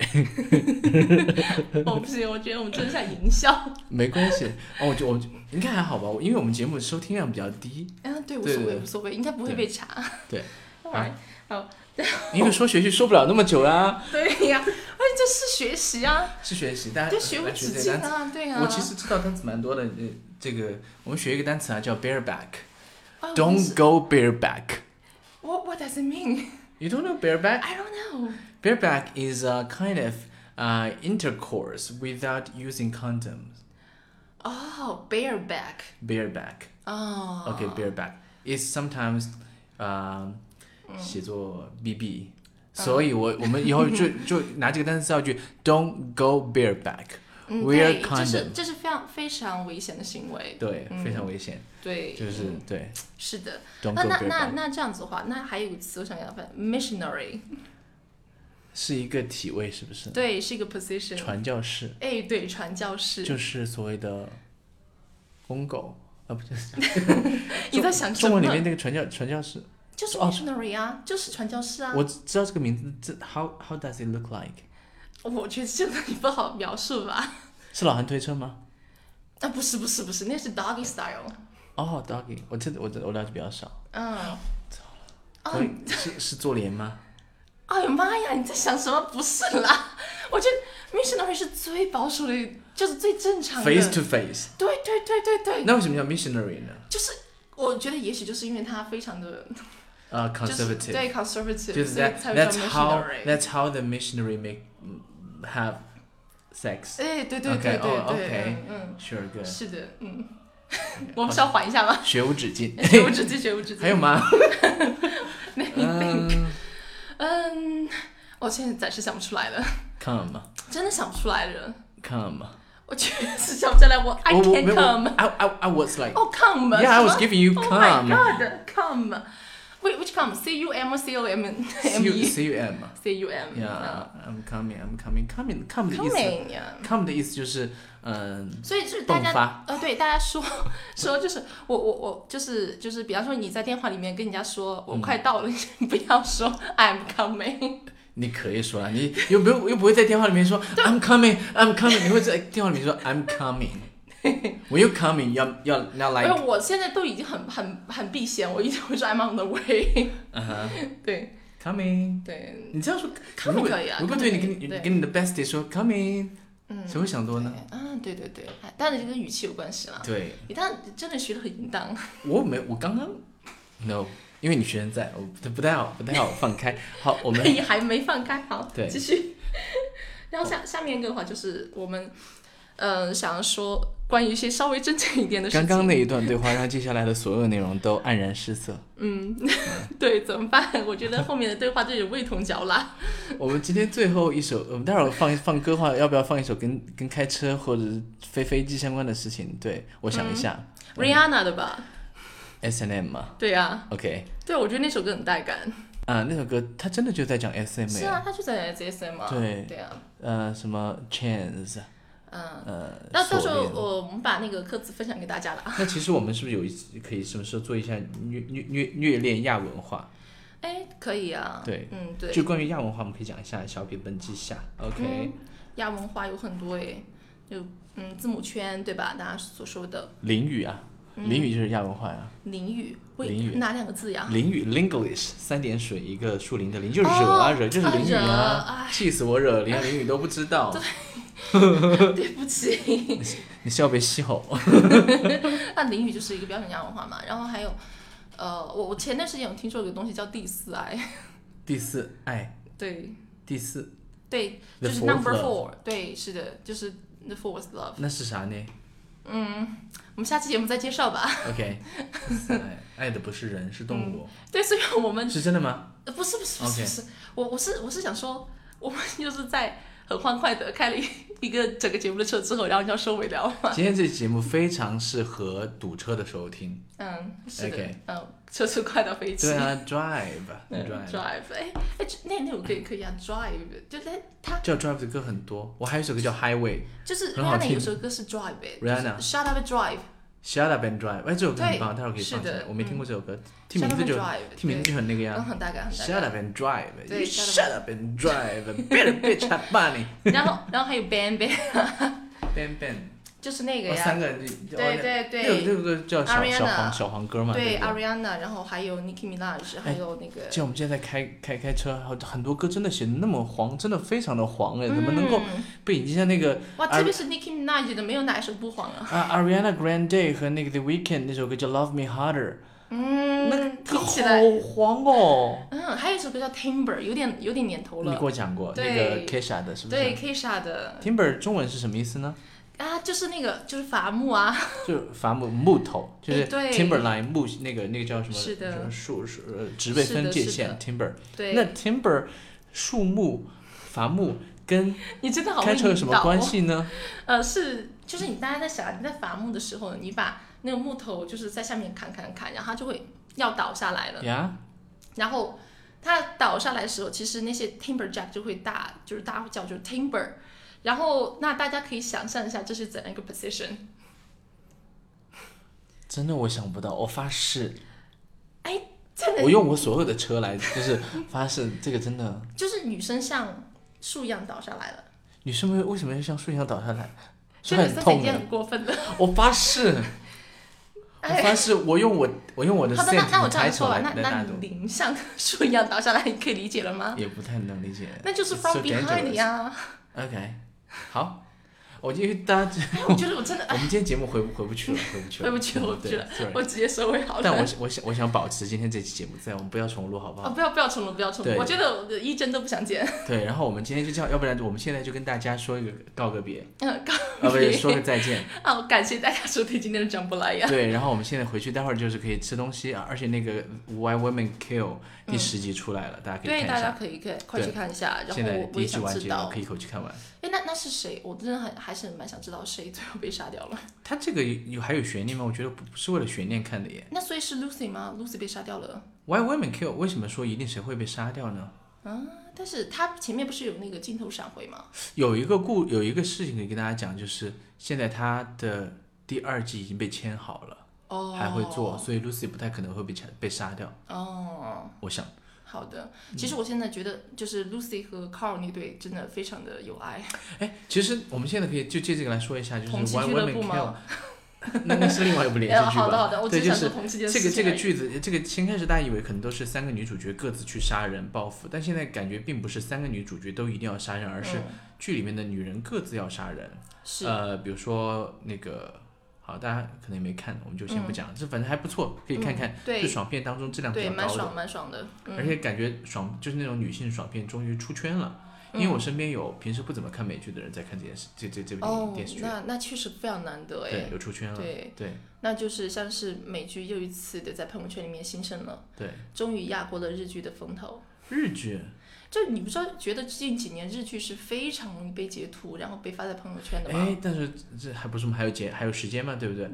A: 哦不行，我觉得我们真的像营销，
B: 没关系。哦，我就我就应该还好吧，因为我们节目收听量比较低，
A: 嗯，对，无
B: 对
A: 所
B: 对
A: 谓无所谓，应该不会
B: 对啊
A: 被查。
B: 对。
A: Alright，
B: 因为说学习说不了那么久啦，
A: 对呀、而且这是学习啊，
B: 是学习，大家
A: 这学无止境
B: 单词
A: 啊，对呀、啊。
B: 哎我其实知道单词蛮多的，呃，这个我们学一个单词啊，叫 bareback，don't
A: 啊我们是
B: go bareback。
A: What What does it mean?
B: You don't know bareback?
A: I don't Wow.
B: Bareback is a kind of uh, intercourse without using condoms.
A: Oh, bareback.
B: Bareback.
A: Oh.
B: Okay, bareback is sometimes 呃
A: 嗯
B: 写作 bb，所 以我我们以后就就拿这个单词造句，Don't go bareback,
A: 嗯，
B: wear
A: 对，这是
B: condom。
A: 这是非常非常危险的行为。
B: 对，
A: 嗯
B: 非常危险，
A: 对，
B: 就是对
A: 是的。啊
B: ，Don't
A: 那
B: go
A: 那那
B: bareback
A: 那这样子的话，那还有一个词我想要问，missionary，
B: 是一个体位，是不是？
A: 对，是一个 position。
B: 传教士
A: 哎，对，传教士。
B: 就是所谓的公狗 啊，不就是
A: 你在想什
B: 中
A: 么
B: 文里？面那个传教传教士，
A: 就是
B: 哦
A: missionary 啊，就是传教士啊。
B: 我只知道这个名字，这 how how does it look like？
A: 我觉得这个你不好描述吧？
B: 是老韩推车吗？
A: 啊，不是不是不是，那是 doggy style。
B: 哦、d o g g y 我这我这我了解比较少。
A: 嗯。哦
B: 所以是是做 脸吗？
A: 哎呀妈呀！你在想什么？不是啦， 我觉得 missionary 是最保守的，就是最正常的。
B: face to face，
A: 哦对对对对对，
B: 那为什么叫 missionary 呢？
A: 就是我觉得也许就是因为它非常的
B: 呃、
A: 就是
B: conservative，
A: 对 conservative，
B: 就是
A: 所以
B: that
A: 才会叫
B: that's how
A: missionary。
B: that's how the missionary make have sex。
A: 哎，对对对
B: Okay,
A: 对
B: 哦
A: 对
B: okay，
A: 嗯
B: Sure
A: 嗯，
B: good，
A: 是的，嗯，我们是要缓一下 吗？
B: 学无止境。
A: 学无止境，学无止境。
B: 还 有吗？
A: 那你
B: 嗯
A: think？嗯，我现在暂时想不出来了，
B: ，come
A: 真的想不出来了。
B: come，
A: 我确实想不起来，我 I
B: 我我
A: can
B: 没有
A: come，
B: I I I was like
A: 哦 come，
B: yeah I was giving you
A: Oh my
B: come
A: god, come. Wait, which come? C U M or C O M M
B: C U
A: E?
B: C U M
A: C U M. 嗯
B: yeah I'm coming I'm coming coming come 的意思
A: Coming. yeah.
B: come 的意思就是嗯
A: 所以就是大
B: 迸
A: 家
B: 发
A: 呃，对大家说说就是我我我就是就是，比方说你在电话里面跟人家说我快到了， 你不要说 I'm coming。
B: 你可以说啊，你又不用又不会在电话里 面说 I'm coming I'm coming，你会在电话里面说 I'm coming。When you coming，要要要
A: 因
B: like，
A: 为哎我现在都已经很很很避嫌，我一定会说 I'm on the way。
B: 嗯哼
A: 对
B: ，coming。
A: 对，
B: 你这样说
A: Coming
B: 如果
A: 可以啊
B: 如果
A: coming
B: 对你跟你
A: 可以对
B: 跟你的 bestie 说 coming，
A: 嗯，
B: 谁会想多呢？
A: 对？啊，对对对，哎当然这跟语气有关系啦。
B: 对，
A: 你当然真的学的很淫荡。
B: 我没我刚刚 no，因为你学生在，我不不太好不太好放开。好， 我们
A: 你还没放开，好，
B: 对
A: 继续。 然后下下面一个的话就是我们，呃，想要说关于一些稍微真正一点的事
B: 刚
A: 情。
B: 刚那一段对话让接下来的所有内容都黯然失色。
A: 嗯， 对，怎么办？我觉得后面的对话就有味同嚼 蜡。
B: 我们今天最后一首，我们待会儿放放歌的话，要不要放一首跟跟开车或者是飞飞机相关的事情？对我想一下、
A: Rihanna 的吧？
B: s N M 嘛
A: 对啊，
B: ，OK，
A: 对，我觉得那首歌很带感。
B: 啊、那首歌它真的就在讲 S M
A: 是啊，他就在 SSM 啊。
B: 对
A: 对啊，
B: 呃，什么 Chance，啊
A: 嗯。
B: 呃，
A: 那到时候哦
B: 锁链
A: 我我们把那个歌词分享给大家啦。
B: 那其实我们是不是有一集可以什么时候做一下虐虐虐虐恋亚文化？
A: 哎，可以啊。
B: 对，
A: 嗯，对。
B: 就关于亚文化，我们可以讲一下小品本纪下，OK，
A: 嗯亚文化有很多哎，就嗯字母圈对吧？大家所说的
B: 淋雨啊，
A: 嗯
B: 淋雨就是亚文化呀、
A: 淋雨，喂
B: 淋雨
A: 哪两个字 呀？
B: 淋雨 （Linglish） 三点水一个树林的林，就是惹啊、
A: 啊哦
B: 惹，就是淋雨
A: 啊惹
B: 啊，气死我惹，连淋雨都不知道，
A: 对不起，
B: 你是要被笑。
A: 那淋雨就是一个标准亚文化嘛。然后还有，呃，我我前段时间有听说有个东西叫第四 爱，
B: 第四爱，
A: 对
B: 第四
A: 对，
B: The
A: 就是
B: fourth
A: number
B: love
A: four，对，是的，就是 the fourth love。
B: 那是啥呢
A: 我们下期节目再介绍吧。
B: ？OK，第 四爱，爱的不是人，是动物，
A: 对，所以我们
B: 是真的吗？
A: 呃不是不是不是不是，我我是我是想说，我们就是在很欢快的开了一 一个整个节目的车之后，然后就要收尾了 嘛。
B: 今天这期节目非常适合堵车的时候听。
A: 嗯，是的
B: OK
A: 嗯，车速快到飞起。
B: 对啊，Drive，Drive。
A: 嗯 drive，哎哎，这那那首歌也可以啊，drive，就是它
B: 叫 Drive 的歌很多，我还有一首歌叫 Highway。
A: 就是
B: 很好
A: Rihanna
B: 听
A: 有首歌是 drive，哎
B: Rihanna
A: 就是 shut up and drive，
B: Shut up and drive，哎，这首歌很
A: 对
B: 棒，待会儿可以放起
A: 是
B: 来
A: 的。嗯
B: 我没听过这首歌，听
A: Shut
B: 名
A: up
B: 字
A: and
B: 就
A: drive，
B: 听名字就很那个呀
A: 然。后很大概很大
B: Shut
A: 概，
B: up and drive.
A: 对
B: You
A: shut
B: shut up and drive. Better bitch have money.
A: 然后然后还有 bang bang，
B: Bang bang.
A: 就是那个
B: 哦三
A: 呀，
B: 个人就
A: 啊对对
B: 那
A: 对
B: 首歌叫小
A: Ariana
B: 小黄小黄歌嘛，
A: 对
B: 不对？哎
A: Ariana，然后还有 Nicki Minaj，还有那个
B: 像我们现在开开开车，还有很多歌真的写的那么黄，真的非常的黄哎，怎么能够
A: 嗯
B: 被引进像那个
A: 哇，
B: Ari-
A: 特别是 Nicki Minaj 的，没有哪一首不黄啊。
B: 啊 Ariana Grande 和那个 The Weeknd 那首歌叫 Love Me Harder，
A: 嗯，
B: 那个
A: 听起
B: 好
A: 来，
B: 黄哦。
A: 嗯，还有一首歌叫 Timber，有点有点年头
B: 你
A: 了
B: 给。我讲过那
A: 对
B: 个 Kesha 的，是不
A: 对
B: 是
A: ，Kisha 的
B: ？Timber 中文是什么意思呢？
A: 啊，就是那个就是伐木啊，
B: 就是伐木木头，就是
A: 哎对
B: Timberline 木那个那个叫什么？
A: 是的
B: 什么树树呃植被
A: 是的
B: 分界
A: 是
B: 线
A: 的
B: Timber。
A: 对，
B: 那 Timber 树木伐木跟
A: 你真的好会
B: 开车有
A: 引
B: 什么
A: 导
B: 关
A: 哦
B: 系 呢？
A: 呃，是，就是你大家在想你在伐木的时候，你把那个木头就是在下面砍砍砍，然后它就会要倒下来了。
B: 呀，
A: 然后它倒下来的时候，其实那些 timber jack 就会大，就是大家会叫就是 timber。然后那大家可以想象一下这是怎样一个 position。
B: 真的我想不到，我发誓，
A: 真的
B: 我用我所有的车来，就是发誓这个真的。
A: 就是女生像树一样倒下来了，
B: 女生为为什么要像树一样倒下来？
A: 这
B: 是
A: 个
B: 很
A: 是已
B: 痛
A: 经
B: 的。
A: 很过分了。
B: 我发誓，我
A: 哎
B: 发誓，我用我我用我的
A: 好的，那
B: scent
A: 那我
B: 和
A: 这样说
B: title
A: 吧，
B: 来
A: 那
B: 来
A: 那
B: 打
A: 你
B: 动，
A: 零像 树一样倒下来，你可以理解了 吗？
B: 也不太能理解。
A: 啊那就是
B: It's
A: from
B: so
A: behind 啊
B: dangerous
A: 呀、
B: OK，好，我因为大家，
A: 哎，我觉得我真的
B: 我们今天节目回不回不去了，回不去 了，
A: 回不去了回不去了
B: 对，sorry
A: 我直接收尾好了。
B: 但我想我想我想保持今天这期节目在，我们不要重录好不
A: 啊、
B: 好？
A: 不要不要重录，不要重录。
B: 对
A: 我觉得我的一帧都不想 剪。
B: 对，然后我们今天就这样，要不然我们现在就跟大 家说一个告个别，
A: 嗯，告
B: 啊不
A: 别
B: 是说个再见。
A: 啊，感谢大家收听今天的《讲不来呀》。
B: 对，然后我们现在回去，待会儿就是可以吃东西啊，而且那个《Why Women Kill》第
A: 嗯
B: 十集出来了，大家可以
A: 对，
B: 看
A: 大
B: 一
A: 家
B: 下。
A: 可以可以快去看一下，然
B: 现
A: 后
B: 在
A: 我我
B: 第
A: 也
B: 一集
A: 想
B: 完
A: 知
B: 结了，
A: 道
B: 可，以一口气看完。
A: 哎，那那是谁？我真的很还是蛮想知道谁最后被杀掉了。
B: 它这个有有还有悬念吗？我觉得不不是为了悬念看的耶。
A: 那所以是 Lucy 吗？Lucy 被杀掉了
B: Why Women Kill 为什么说一定谁会被杀掉呢？
A: 啊，但是她前面不是有那个镜头闪回吗？
B: 有一个故有一个事情可以跟大家讲，就是现在它的第二季已经被签好了，
A: 哦，
B: 还会做，所以 Lucy 不太可能会被杀被杀掉。
A: 哦。
B: 我想，
A: 好的，其实我现在觉得就是 Lucy 和 Carl 那对真的非常的有爱，
B: 哎，其实我们现在可以就借这个来说一下，就是
A: 同期
B: Why
A: 俱乐
B: Women
A: 部
B: Kill，
A: 吗？
B: 那那是另外一部连
A: 哎
B: 续 剧
A: 好的好
B: 吧？
A: 的，我
B: 对，
A: 只
B: 就
A: 想说
B: 是
A: 同期这件
B: 这
A: 事
B: 个这
A: 情而
B: 个
A: 已
B: 剧子，这个先开始大家以为可能都是三个女主角各自去杀人报复，但现在感觉并不是三个女主角都一定要杀人，而是
A: 嗯
B: 剧里面的女人各自要杀人。
A: 是
B: 呃，比如说那个，好，大家可能也没看，我们就先不讲，这反正还不错，可以看看
A: 嗯，对
B: 是爽片当中质量比
A: 对，
B: 较
A: 蛮
B: 高
A: 爽
B: 的，
A: 蛮爽的，嗯
B: 而且感觉爽就是那种女性爽片终于出圈了。因为
A: 嗯
B: 我身边有平时不怎么看美剧的人在看这件事，这这这部电影
A: 哦
B: 电视，剧，
A: 那那确实非常难得
B: 对，
A: 哎。
B: 有出圈了，
A: 对，
B: 对
A: 那就是像是美剧又一次的在朋友圈里面新生了，
B: 对。
A: 终于压过了日剧的风头。
B: 日剧，
A: 就你不知道觉得近几年日剧是非常容易被截图，然后被发在朋友圈的吗？
B: 哎，但是这还不是我们还有节还有时间嘛，对不对？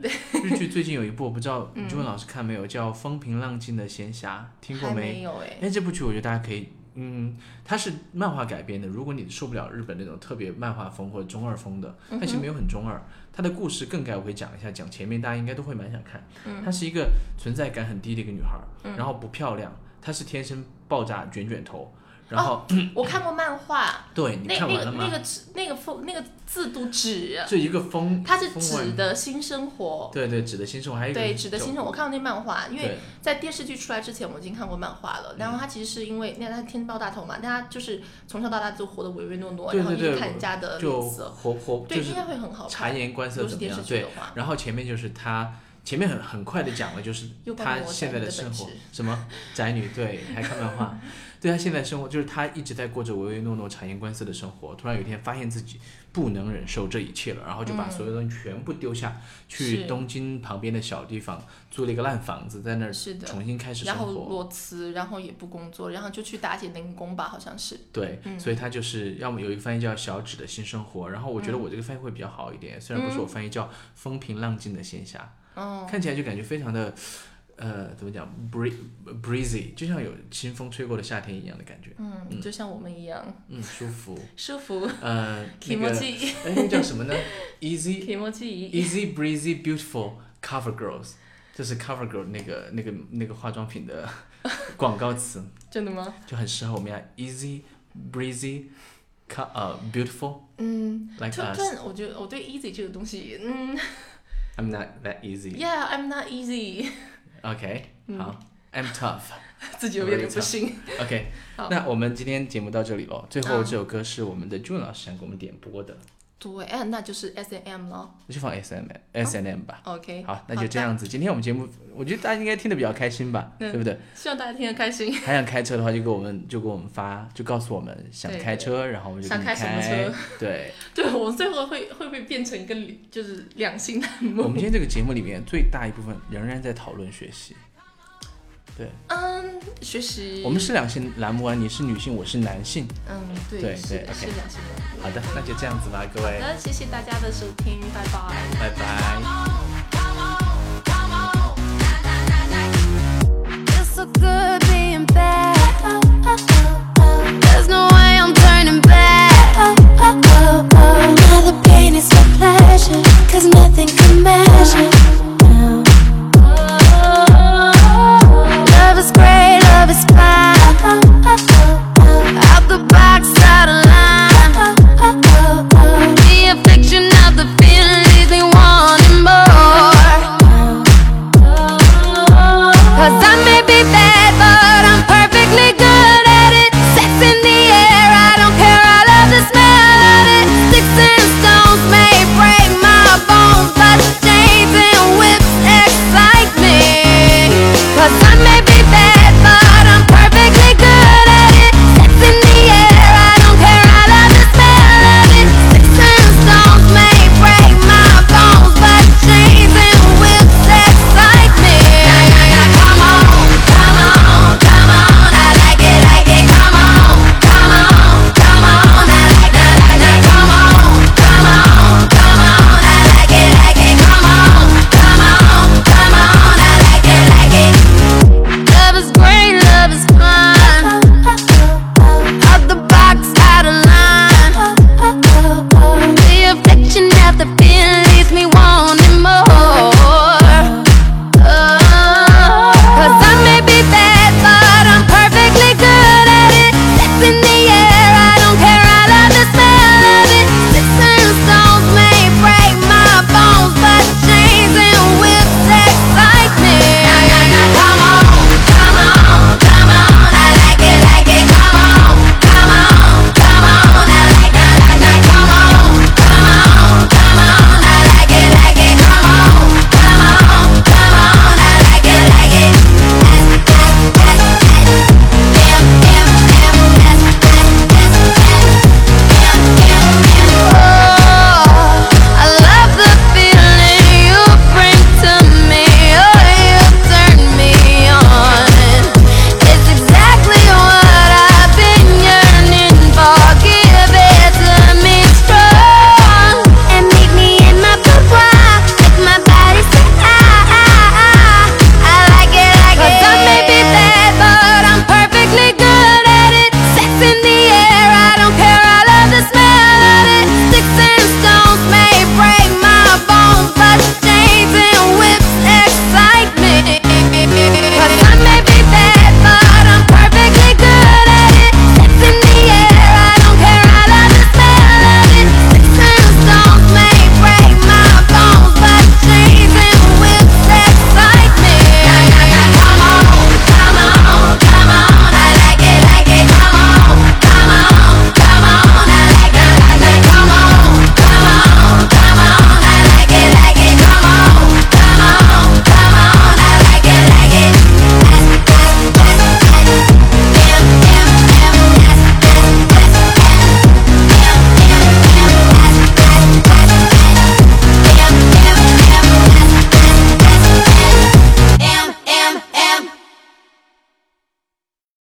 B: 日剧最近有一部，我不知 道
A: 嗯
B: 朱文老师看没有，叫《风平浪静的闲暇》，听过
A: 还
B: 没？
A: 没有哎。
B: 哎，这部剧我觉得大家可以，嗯，它是漫画改编的。如果你受不了日本那种特别漫画风或者中二风的，
A: 嗯
B: 但其实没有很中二。它的故事更改我会讲一下，讲前面大家应该都会蛮想看。
A: 嗯
B: 她是一个存在感很低的一个女孩，然后不漂亮，她是天生爆炸卷卷头，然后、
A: 我看过漫画，
B: 对你
A: 哦那
B: 看
A: 那
B: 完
A: 个
B: 了
A: 那
B: 吗？
A: 个纸那个风那个字读纸，
B: 这一个风，
A: 它是
B: 风
A: 纸
B: 味，
A: 的新生活，
B: 对对，指的新生活，还有一个
A: 对纸的新生活。我看过那漫画，因为
B: 对
A: 在电视剧出来之前，我已经看过漫画了。然后
B: 嗯
A: 他其实是因为那他天爆大头嘛，但他就是从小到大就活得唯唯诺诺，
B: 对
A: 然后
B: 对
A: 一直
B: 对
A: 看人家的
B: 就
A: 脸色，
B: 活活
A: 对，
B: 就
A: 应
B: 是
A: 该会很好
B: 察
A: 看。
B: 言观色
A: 如果
B: 怎
A: 是
B: 么
A: 电
B: 样
A: 视？
B: 对
A: 剧，的话，
B: 然后前面就是他，前面很很快的讲了，就是
A: 又暴露
B: 他
A: 我
B: 现在
A: 宅女
B: 的
A: 的
B: 生
A: 本
B: 活
A: 质，
B: 什么宅女对，还看漫 画，对他现在生活就是他一直在过着唯唯诺诺、察言观色的生活，突然有一天发现自己不能忍受这一切了，然后就把所有东西全部丢下，
A: 嗯
B: 去
A: 是
B: 东京旁边的小地方租了一个烂房子，在那儿
A: 是的
B: 重新开始生
A: 然后
B: 活。
A: 裸辞，然后也不工作，然后就去打铁零工吧，好像是。嗯
B: 对，所以他就是要么有一个翻译叫“小指的新生活”，然后我觉
A: 嗯
B: 得我这个翻译会比较好一点，虽然不是我翻译叫“风平浪静的闲暇”，
A: 哦，
B: 看起来就感觉非常的，呃，怎么讲，bree breezy，就像有清风吹过的夏天一样的感觉，
A: 嗯，就像我们一样，
B: 嗯，舒服。
A: 舒服。
B: 呃，
A: 提
B: 那
A: 莫
B: 个，
A: 记，
B: 哎，那个 叫什么呢？Easy
A: 提莫记，
B: Easy Breezy Beautiful Cover Girls，这是 Cover Girl 那个那个那个化妆 品的广告词，
A: 真的吗？
B: 就很适合我们呀。Easy Breezy Co 呃 Beautiful
A: 嗯，
B: like
A: 突
B: us。
A: 突然我觉得我对 easy 这个东西，嗯
B: I'm not that easy.
A: ，yeah，I'm not easy，嗯
B: OK，、好，I'm
A: Mm.
B: tough.
A: 自己有点不信。
B: OK，
A: 好
B: 那我们今天节目到这里喽。最后
A: 嗯
B: 这首歌是我们的 June 老师想给我们点播的，
A: 对，哎，那就是 S M 了。
B: 那就放 S M S N M 吧。
A: OK，
B: 好，那就这样子。今天我们节目，我觉得大家应该听得比较开心吧，
A: 嗯
B: 对不对？
A: 希望大家听得开心。
B: 还想开车的话，就给我们就给我们发，就告诉我们想
A: 对
B: 开车，然后我们就给
A: 想
B: 你
A: 开什么车？
B: 对，
A: 对我们最后会会不会变成一个理就是两性栏
B: 我们
A: 目？
B: 今天这个节目里面最大一部分仍然在讨论学习。对，
A: 嗯，学习。
B: 我们是两性栏目啊，你是女性，我是男性。
A: 嗯，对，
B: 对
A: 是
B: 对
A: 的是
B: OK
A: 两性栏目。
B: 好的，那就这样子吧，各
A: 好
B: 位，
A: 的，谢谢大家的收听，拜拜。
B: 拜拜。
C: Feels so good being back. There's no way I'm turning back.
D: Now the pain is for pleasure, cause nothing can measure. Now.
C: Love is great, love is fine. Out the box, out of line. The affliction of the feeling leaves me wanting more. Cause I'm in Oh,